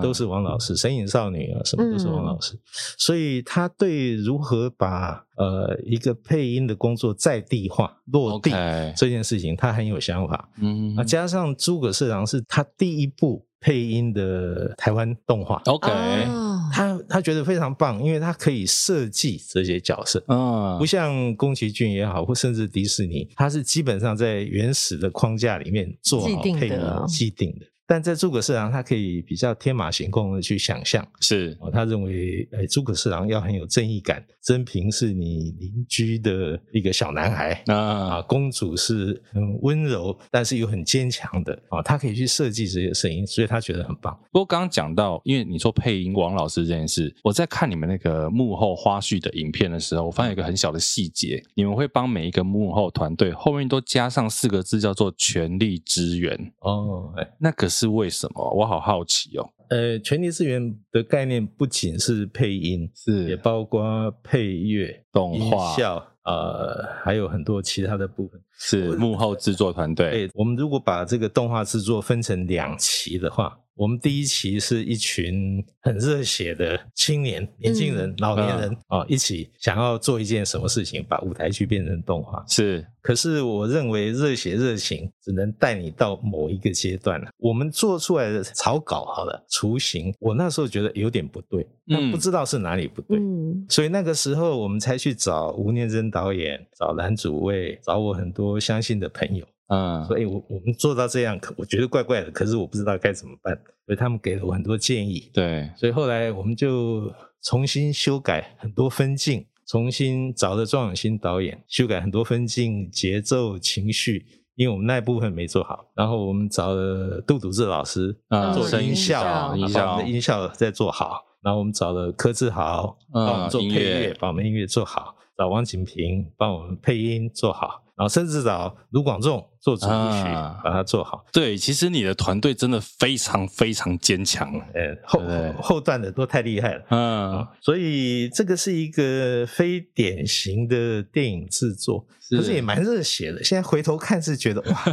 S1: 嗯
S4: 都是王老师，《神隐少女》啊，什么都是王老师，所以他对如何把呃一个配音的工作在地化、落地
S1: OK
S4: 这件事情，他很有想法。
S1: 嗯
S4: 啊，加上诸葛四郎是他第一部配音的台湾动画，
S1: ，OK，
S2: 哦
S4: 他他觉得非常棒，因为他可以设计这些角色。
S2: 哦
S1: 嗯，
S4: 不像宫崎骏也好，或甚至迪士尼，它是基本上在原始的框架里面做
S2: 既
S4: 好
S2: 定的
S4: 配音
S1: 哦
S4: 既定的。但在诸葛四郎，他可以比较天马行空的去想象。
S1: 是
S4: 哦，他认为，哎，诸葛四郎要很有正义感，真平是你邻居的一个小男孩
S1: 啊
S4: 啊，公主是很温柔，但是又很坚强的啊，他可以去设计这些声音，所以他觉得很棒。
S1: 不过刚刚讲到，因为你说配音王老师这件事，我在看你们那个幕后花絮的影片的时候，我发现有一个很小的细节，你们会帮每一个幕后团队后面都加上四个字叫做“全力支援
S4: 哦，哎”，
S1: 那可是为什么？我好好奇哦。
S4: 呃，权力资源的概念不仅是配音，也
S1: 是
S4: 包括配乐、
S1: 动
S4: 音
S1: 画
S4: 效，呃，还有很多其他的部分。
S1: 是幕后制作团队，
S4: 对，我们如果把这个动画制作分成两期的话，我们第一期是一群很热血的青年、年轻人、老年人啊、一起想要做一件什么事情，把舞台剧变成动画。
S1: 是
S4: 可是我认为热血热情只能带你到某一个阶段了。我们做出来的草稿好了，雏形，我那时候觉得有点不对，但不知道是哪里不对。
S2: 嗯，
S4: 所以那个时候，我们才去找吴念真导演、找蓝祖蔚、找我很多相信的朋友，
S1: 嗯
S4: 所以我我们做到这样，可我觉得怪怪的，可是我不知道该怎么办，所以他们给了我很多建议，
S1: 对
S4: 所以后来我们就重新修改很多分镜，重新找了庄永新导演修改很多分镜、节奏、情绪，因为我们那一部分没做好，然后我们找了杜笃志老师
S1: 嗯
S4: 做
S2: 声
S4: 音
S2: 效
S4: 效，
S1: 音
S4: 把我
S1: 效
S4: 们的音效再做好。然后我们找了柯志豪
S1: 嗯
S4: 帮我们做配
S1: 音乐
S4: 乐，把我们音乐做好；找王景平帮我们配音做好。啊，甚至找卢广仲做主题曲，
S1: 啊
S4: 把它做好。
S1: 对，其实你的团队真的非常非常坚强。
S4: 呃，后
S1: 对
S4: 后段的都太厉害了。
S1: 嗯，
S4: 啊所以这个是一个非典型的电影制作，
S1: 是
S4: 可是也蛮热血的。现在回头看是觉得哇，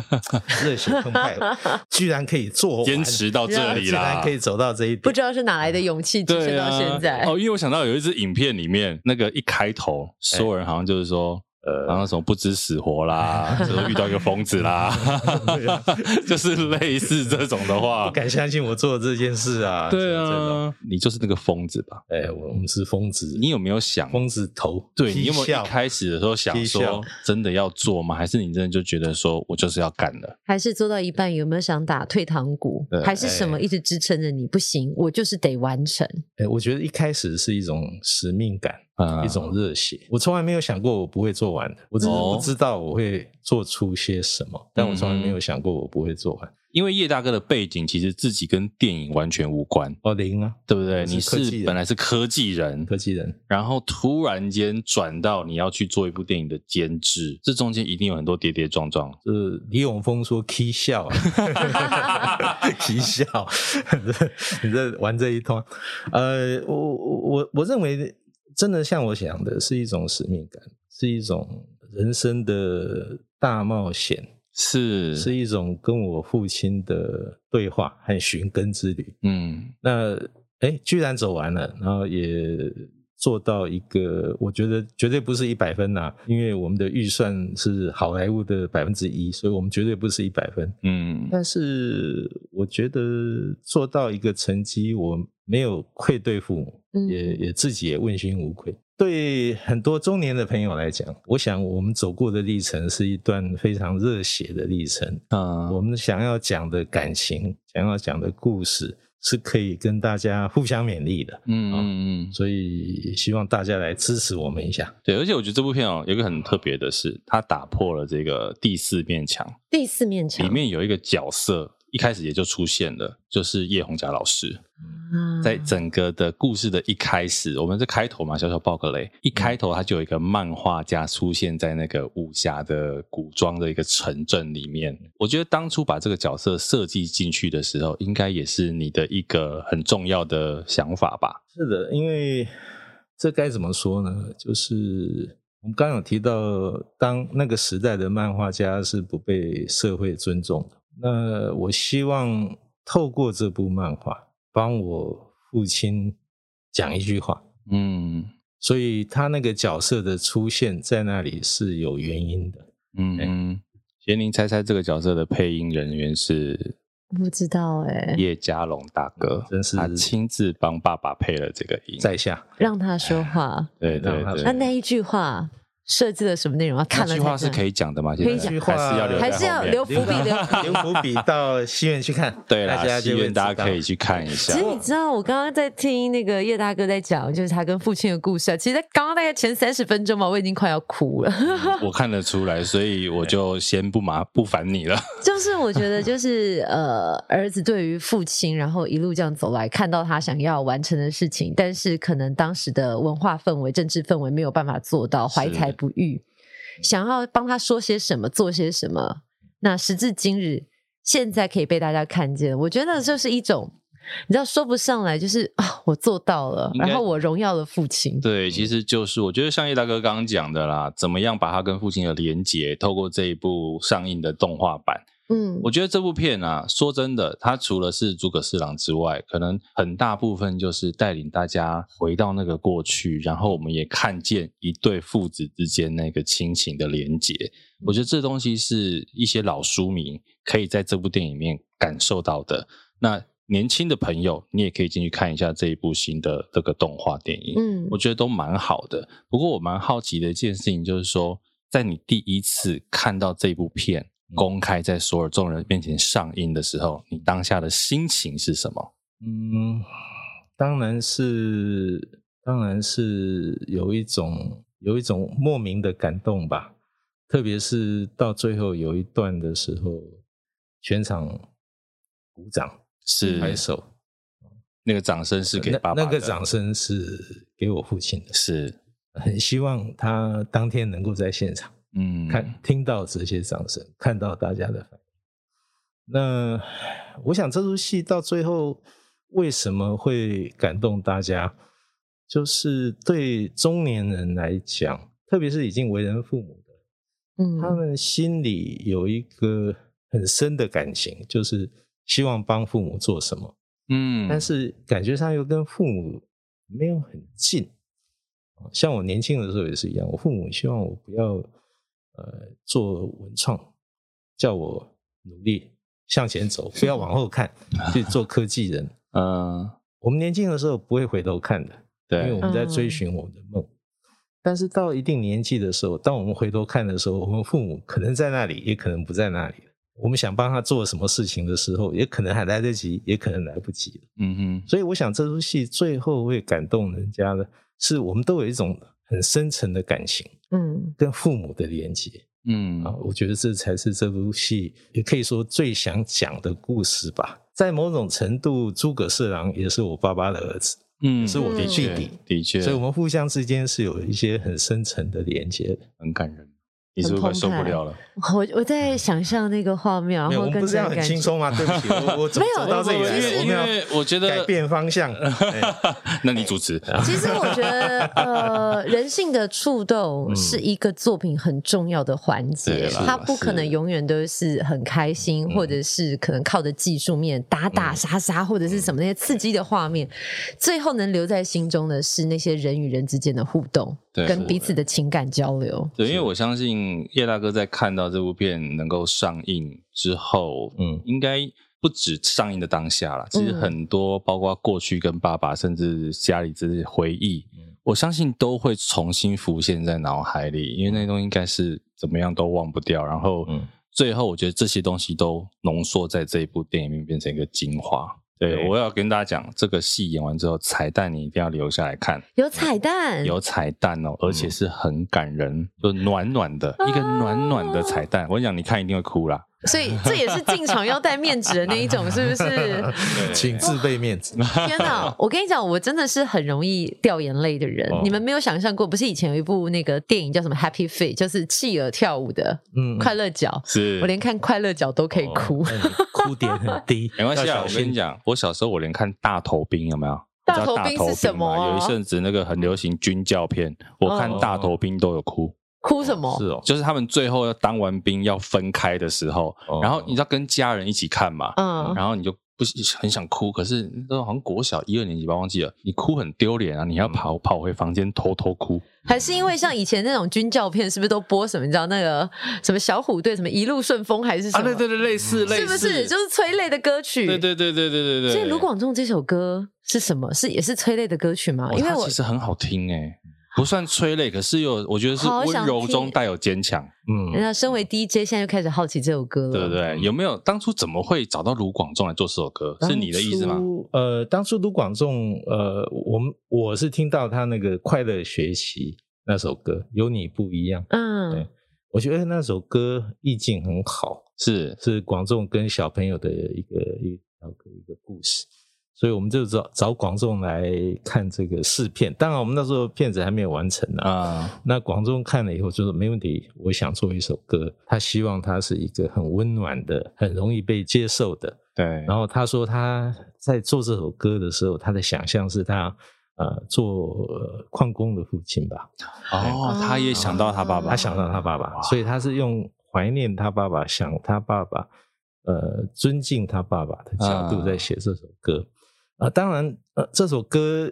S4: 热血澎湃，
S1: [LAUGHS]
S4: 居然可以做完，
S1: 坚持到这里
S4: 居然
S1: 啦
S4: 可。以走到这一
S2: 不
S4: 步。
S2: 知道是哪来的勇气支撑
S1: 对
S2: 到
S1: 啊，
S2: 现在。
S1: 哦，因为我想到有一支影片里面，那个一开头，所有人好像就是说。呃，然后什么不知死活
S2: [LAUGHS]
S1: 啦，什么遇到一个疯子
S4: [LAUGHS]
S1: 啦，
S4: 啊
S1: 就是类似这种的
S4: 不
S1: 话。
S4: 敢相信我做的这件事啊！
S1: 对
S4: 这种，
S1: 啊，你就是那个疯子吧？
S4: 哎，我们是疯子，
S1: 你有没有想，
S4: 疯子头，
S1: 对你有没有
S4: 讥笑
S1: 一开始的时候想
S4: 讥笑
S1: 说真的要做吗？还是你真的就觉得说我就是要干了？
S2: 还是做到一半有没有想打退堂鼓
S1: 对？哎
S2: 还是什么一直支撑着你？不行，我就是得完成。
S4: 哎，我觉得一开始是一种使命感，
S1: 啊
S4: 一种热血。我从来没有想过我不会做完的，我只是
S1: 哦嗯
S4: 不知道我会做出些什么，但我从来没有想过我不会做完。
S1: 因为叶大哥的背景其实自己跟电影完全无关，
S4: 哦，零啊，
S1: 对不对？
S4: 我是
S1: 你
S4: 科技
S1: 是
S4: 人
S1: 本来是科技人，
S4: 科技人，
S1: 然后突然间转到你要去做一部电影的监制，这中间一定有很多跌跌撞撞。
S4: 呃，李永峰说 “k 笑”，啊 k 笑， [LAUGHS] 你这玩这一通，啊呃，我我我我认为真的像我想的，是一种使命感，是一种人生的大冒险，
S1: 是
S4: 是，一种跟我父亲的对话和寻根之旅。
S1: 嗯，
S4: 那哎，诶居然走完了，然后也做到一个，我觉得绝对不是一百分呐、因为我们的预算是好莱坞的百分之一，所以我们绝对不是一百分。
S1: 嗯，
S4: 但是我觉得做到一个成绩，我没有愧对父母，
S2: 嗯
S4: 也也自己也问心无愧。对很多中年的朋友来讲，我想我们走过的历程是一段非常热血的历程。
S1: 啊
S4: 我们想要讲的感情，想要讲的故事，是可以跟大家互相勉励的。
S1: 嗯嗯嗯，
S4: 所以希望大家来支持我们一下。
S1: 对，而且我觉得这部片哦，有一个很特别的是，它打破了这个第四面墙，
S2: 第四面墙
S1: 里面有一个角色一开始也就出现了，就是叶红甲老师。
S2: 啊
S1: 在整个的故事的一开始，我们这开头嘛，小小爆个雷，一开头他就有一个漫画家出现在那个武侠的古装的一个城镇里面。我觉得当初把这个角色设计进去的时候，应该也是你的一个很重要的想法吧？
S4: 是的，因为这该怎么说呢？就是我们刚刚有提到，当那个时代的漫画家是不被社会尊重的。那我希望透过这部漫画，帮我父亲讲一句话。
S1: 嗯
S4: 所以他那个角色的出现在那里是有原因的。
S1: 嗯嗯。贤宁猜猜这个角色的配音人员是
S2: 不知道哎，
S1: 叶嘉龙大哥，
S4: 真是
S1: 他亲自帮爸爸配了这个音。
S4: 在下，
S2: 让他说话。
S1: 对对
S4: 让他
S1: 哎对，
S2: 那那一句话设计了什么内容啊？
S1: 那
S2: 看了才
S1: 句
S2: 知道
S1: 话是可以讲的吗？现在
S2: 可以讲
S1: 还是要留在
S2: 还是要
S1: 后面
S2: 留伏笔的。
S4: [LAUGHS] 留伏笔到戏院去看。
S1: [LAUGHS] 对啦
S4: 大，家
S1: 希
S4: 就会
S1: 愿大
S4: 知道
S1: 家可以去看一
S2: 其
S1: 下
S2: 实。你知道，我刚刚在听那个叶大哥在讲，就是他跟父亲的故事啊。其实刚刚大概前三十分钟吧，我已经快要哭了。
S1: 我看得出来，所以我就先不麻不烦你了。
S2: 就是我觉得，就是 [LAUGHS] 呃，儿子对于父亲，然后一路这样走来，看到他想要完成的事情，但是可能当时的文化氛围、政治氛围没有办法做到，怀才不遇，想要帮他说些什么，做些什么。那时至今日，现在可以被大家看见，我觉得就是一种，你知道说不上来，就是啊，我做到了，
S1: 应该
S2: 然后我荣耀了父
S1: [LAUGHS]
S2: 亲。
S1: 对，其实就是我觉得像叶大哥刚刚讲的啦，怎么样把他跟父亲的连结，透过这一部上映的动画版，
S2: 嗯，
S1: 我觉得这部片啊，说真的，它除了是诸葛四郎之外，可能很大部分就是带领大家回到那个过去，然后我们也看见一对父子之间那个亲情的连结。我觉得这东西是一些老书迷可以在这部电影里面感受到的。那年轻的朋友，你也可以进去看一下这一部新的这个动画电影。
S2: 嗯
S1: 我觉得都蛮好的。不过我蛮好奇的一件事情就是说，在你第一次看到这部片
S4: 嗯
S1: 公开在所有众人面前上映的时候，你当下的心情是什么？
S4: 嗯，当然是，当然是有一种有一种莫名的感动吧。特别是到最后有一段的时候，全场鼓掌拍
S1: 是
S4: 手，
S1: 那个掌声是给
S4: 呃那
S1: 爸爸
S4: 那个
S1: 的
S4: 掌声是给我父亲的，
S1: 是
S4: 很希望他当天能够在现场。
S1: 嗯，
S4: 看听到这些掌声，看到大家的反应。那我想这出戏到最后为什么会感动大家，就是对中年人来讲，特别是已经为人父母的，
S2: 嗯，
S4: 他们心里有一个很深的感情，就是希望帮父母做什么，
S1: 嗯，
S4: 但是感觉上又跟父母没有很近。哦像我年轻的时候也是一样，我父母希望我不要呃做文创，叫我努力向前走，不要往后看，去做科技人。
S1: 嗯，
S4: 我们年轻的时候不会回头看的，因为我
S1: 对，
S4: 们在追寻我们的梦。但是到一定年纪的时候，当我们回头看的时候，我们父母可能在那里，也可能不在那里。我们想帮他做什么事情的时候，也可能还来得及，也可能来不及了。
S1: 嗯哼，
S4: 所以我想，这出戏最后会感动人家的，是我们都有一种很深沉的感情，
S2: 嗯
S4: 跟父母的连接
S1: 嗯
S4: 啊。我觉得这才是这部戏，也可以说最想讲的故事吧。在某种程度，诸葛四郎也是我爸爸的儿子。
S1: 嗯，
S4: 是我的弟弟
S1: 的确，
S4: 所以我们互相之间是有一些很深层的连接的。
S1: 很感人。你是不是快受不了了？
S2: 我我在想象那个画面，然
S4: 没有，
S2: 后
S4: 我
S2: 跟
S4: 们不是
S2: 这
S4: 要
S2: 个
S4: 很
S2: 感
S4: 轻
S2: 觉
S4: 松吗？对不起，我我走
S2: 没有
S4: 走到这里
S2: 我
S4: 来
S2: 其实
S4: 了，我
S1: 因
S4: 们
S1: 为呃
S4: 要
S1: 我觉得
S4: 改变方向。哎
S1: 那你主
S4: [LAUGHS]
S1: 持， [LAUGHS]
S2: 其实我觉得，呃，人性的触动
S4: 嗯
S2: 是一个作品很重要的环节，
S1: 是啦嗯
S2: 它不可能永远都是很开心，或者是可能靠着技术面打打杀杀，或者是什么那些刺激的画面，
S1: 嗯
S2: 最后能留在心中的是那些人与人之间的互动，
S1: 对
S2: 跟彼此的情感交流。
S1: 对，因为我相信叶大哥在看到这部片能够上映之后，
S4: 嗯
S1: 应该不止上映的当下啦，其实
S2: 嗯
S1: 很多包括过去跟爸爸，甚至家里这些回忆，
S4: 嗯
S1: 我相信都会重新浮现在脑海里，因为那些东西应该是怎么样都忘不掉。然后
S4: 嗯
S1: 最后，我觉得这些东西都浓缩在这一部电影里面，变成一个精华。对，
S4: 对
S1: 我要跟大家讲，这个戏演完之后，彩蛋你一定要留下来看。
S2: 有彩蛋，
S1: 有彩蛋哦，而且是很感人，就暖暖的、一个暖暖的彩蛋。我跟你讲，你看一定会哭啦。
S2: 所以这也是进场要戴面纸的那一种，是不
S1: [LAUGHS]
S4: 嗯
S2: 是？ [LAUGHS]
S4: 请自备面子。
S2: 天哪！我跟你讲，我真的是很容易掉眼泪的人。
S4: 哦
S2: 你们没有想象过，不是以前有一部那个电影叫什么《Happy Feet》，就是企鹅跳舞的
S4: 嗯，
S2: 快乐脚，
S1: 是，
S2: 我连看快乐脚都可以哭。
S4: 哎你哭点很低
S1: [LAUGHS] 没关系
S4: 要
S1: 啊，
S4: 小
S1: 我
S4: 心
S1: 跟你讲，我小时候我连看大头兵有没有？
S2: 大
S1: 你知道
S2: 头
S1: 大
S2: 兵
S1: 头
S2: 是什么
S1: 兵吗
S2: 啊
S1: 有一阵子那个很流行军教片，我看
S2: 哦
S1: 大头兵都有哭，
S2: 哭什么？
S4: 是哦，
S1: 就是他们最后要当完兵要分开的时候，
S4: 哦
S1: 然后你知道跟家人一起看嘛，
S2: 嗯，
S1: 然后你就不是很想哭，可是那时候好像国小一二年级吧，忘记了，你哭很丢脸啊，你要跑跑回房间偷偷哭。
S2: 还是因为像以前那种军教片，是不是都播什么？你知道那个什么小虎队，什么一路顺风，还是什么？
S1: 啊
S2: 嗯
S1: 对，类似
S2: 是不是就是催泪的歌曲？
S1: 对对对对对对对。
S2: 所以卢广仲这首歌是什么？是也是催泪的歌曲吗？
S1: 哦，
S2: 因为
S1: 它
S2: 我
S1: 其实很好听哎，不算催泪，可是有我觉得是
S2: 好
S1: 温
S2: 想
S1: 柔
S2: 听
S1: 中带有坚强，
S4: 嗯，
S2: 那身为 DJ，现在就开始好奇这首歌了。
S1: 对不对？有没有当初怎么会找到卢广仲来做这首歌？是你的意思吗
S4: 嗯当？初？呃，当初卢广仲，呃，我们我是听到他那个《快乐学习》那首歌，有你不一样，
S2: 嗯
S4: 对我觉得那首歌意境很好，
S1: 是
S4: 是广仲跟小朋友的一个一个一个故事，所以我们就找找广仲来看这个试片。当然，我们那时候片子还没有完成啊。
S1: 啊，
S4: 那广仲看了以后就说没问题，我想做一首歌，他希望它是一个很温暖的、很容易被接受的。
S1: 对，
S4: 然后他说他在做这首歌的时候，他的想象是他呃做呃矿工的父亲吧，
S1: 哦，他也想到他爸爸，
S4: 他想到他爸爸，
S1: 哇
S4: 所以他是用怀念他爸爸、想他爸爸、呃尊敬他爸爸的角
S1: 啊
S4: 度在写这首歌。啊、当然，呃，这首歌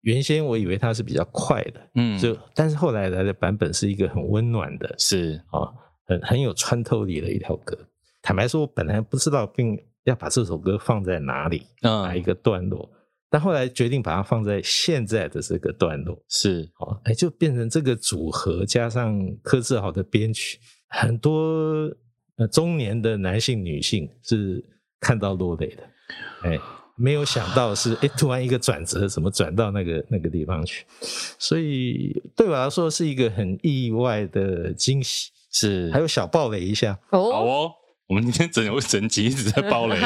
S4: 原先我以为它是比较快的，
S1: 嗯，
S4: 就但是后来来的版本是一个很温暖的
S1: 是
S4: 啊、很很有穿透力的一条歌。坦白说，我本来不知道并要把这首歌放在哪里，哪一
S1: 嗯
S4: 个段落，但后来决定把它放在现在的这个段落。
S1: 是
S4: 哦，哎，就变成这个组合加上柯志豪的编曲，很多呃中年的男性、女性是看到落泪的，哎，没有想到是哎突然一个转折，怎么转到那个那个地方去？所以对我来说是一个很意外的惊喜，
S1: 是，
S4: 还有小爆雷一下，
S1: 好
S2: 哦， [LAUGHS]
S1: 哦，我们今天整整集一直在爆雷，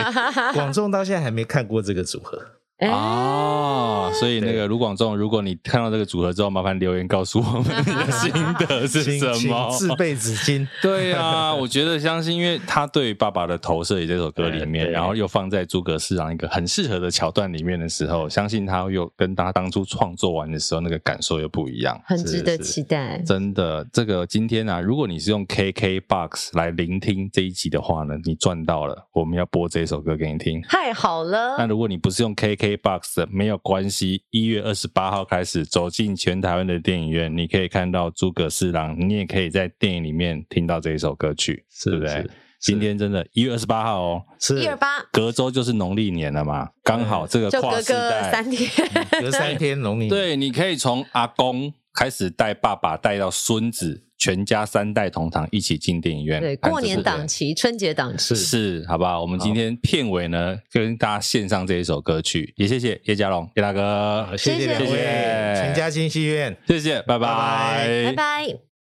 S4: 广众到现在还没看过这个组合，
S2: 哎
S1: 啊，所以那个
S4: 对
S1: 卢广仲，如果你看到这个组合之后，麻烦留言告诉我们你的心得 [LAUGHS] 是
S4: 请
S1: 什
S4: 请
S1: 么。
S4: 自备纸巾。
S1: 对啊，我觉得相信，因为他对爸爸的投射也在这首歌里面，
S4: 哎对
S1: 然后又放在诸葛市长一个很适合的桥段里面的时候，相信他又跟他当初创作完的时候那个感受又不一样。
S2: 很值得
S4: 是
S2: 期待。
S1: 真的，这个今天啊，如果你是用 KK Box 来聆听这一集的话呢，你赚到了。我们要播这首歌给你听。
S2: 太好了
S1: 那，如果你不是用 KKBOX 的，没有关系。一月二十八号开始走进全台湾的电影院，你可以看到诸葛四郎，你也可以在电影里面听到这一首歌曲，
S4: 是
S1: 对不对
S4: 是？
S1: 今天真的，一月二十八号哦，
S4: 是
S2: 一二八
S1: 隔周就是农历年了嘛，刚好这个
S2: 就
S1: 跨
S2: 隔
S1: 世
S2: 个
S1: 代
S2: 三，天， [LAUGHS]
S4: 隔三天农历，
S1: 对，你可以从阿公开始带爸爸带到孙子，全家三代同堂一起进电影院。 [LAUGHS]
S2: 对，
S1: 看
S2: 过
S1: 哎这
S2: 年
S1: 部电
S2: 档
S1: 影
S2: 期、春节档期，
S4: 是
S1: 是，好吧？我们今天片尾呢，跟大家献上这一首歌曲，也谢谢叶嘉龙、叶大哥
S4: 好，，谢
S2: 谢谢
S4: 两
S1: 谢
S4: 位
S1: 谢，
S4: 全家新戏院。
S1: 谢谢，拜
S4: 拜
S1: 拜
S2: 拜拜。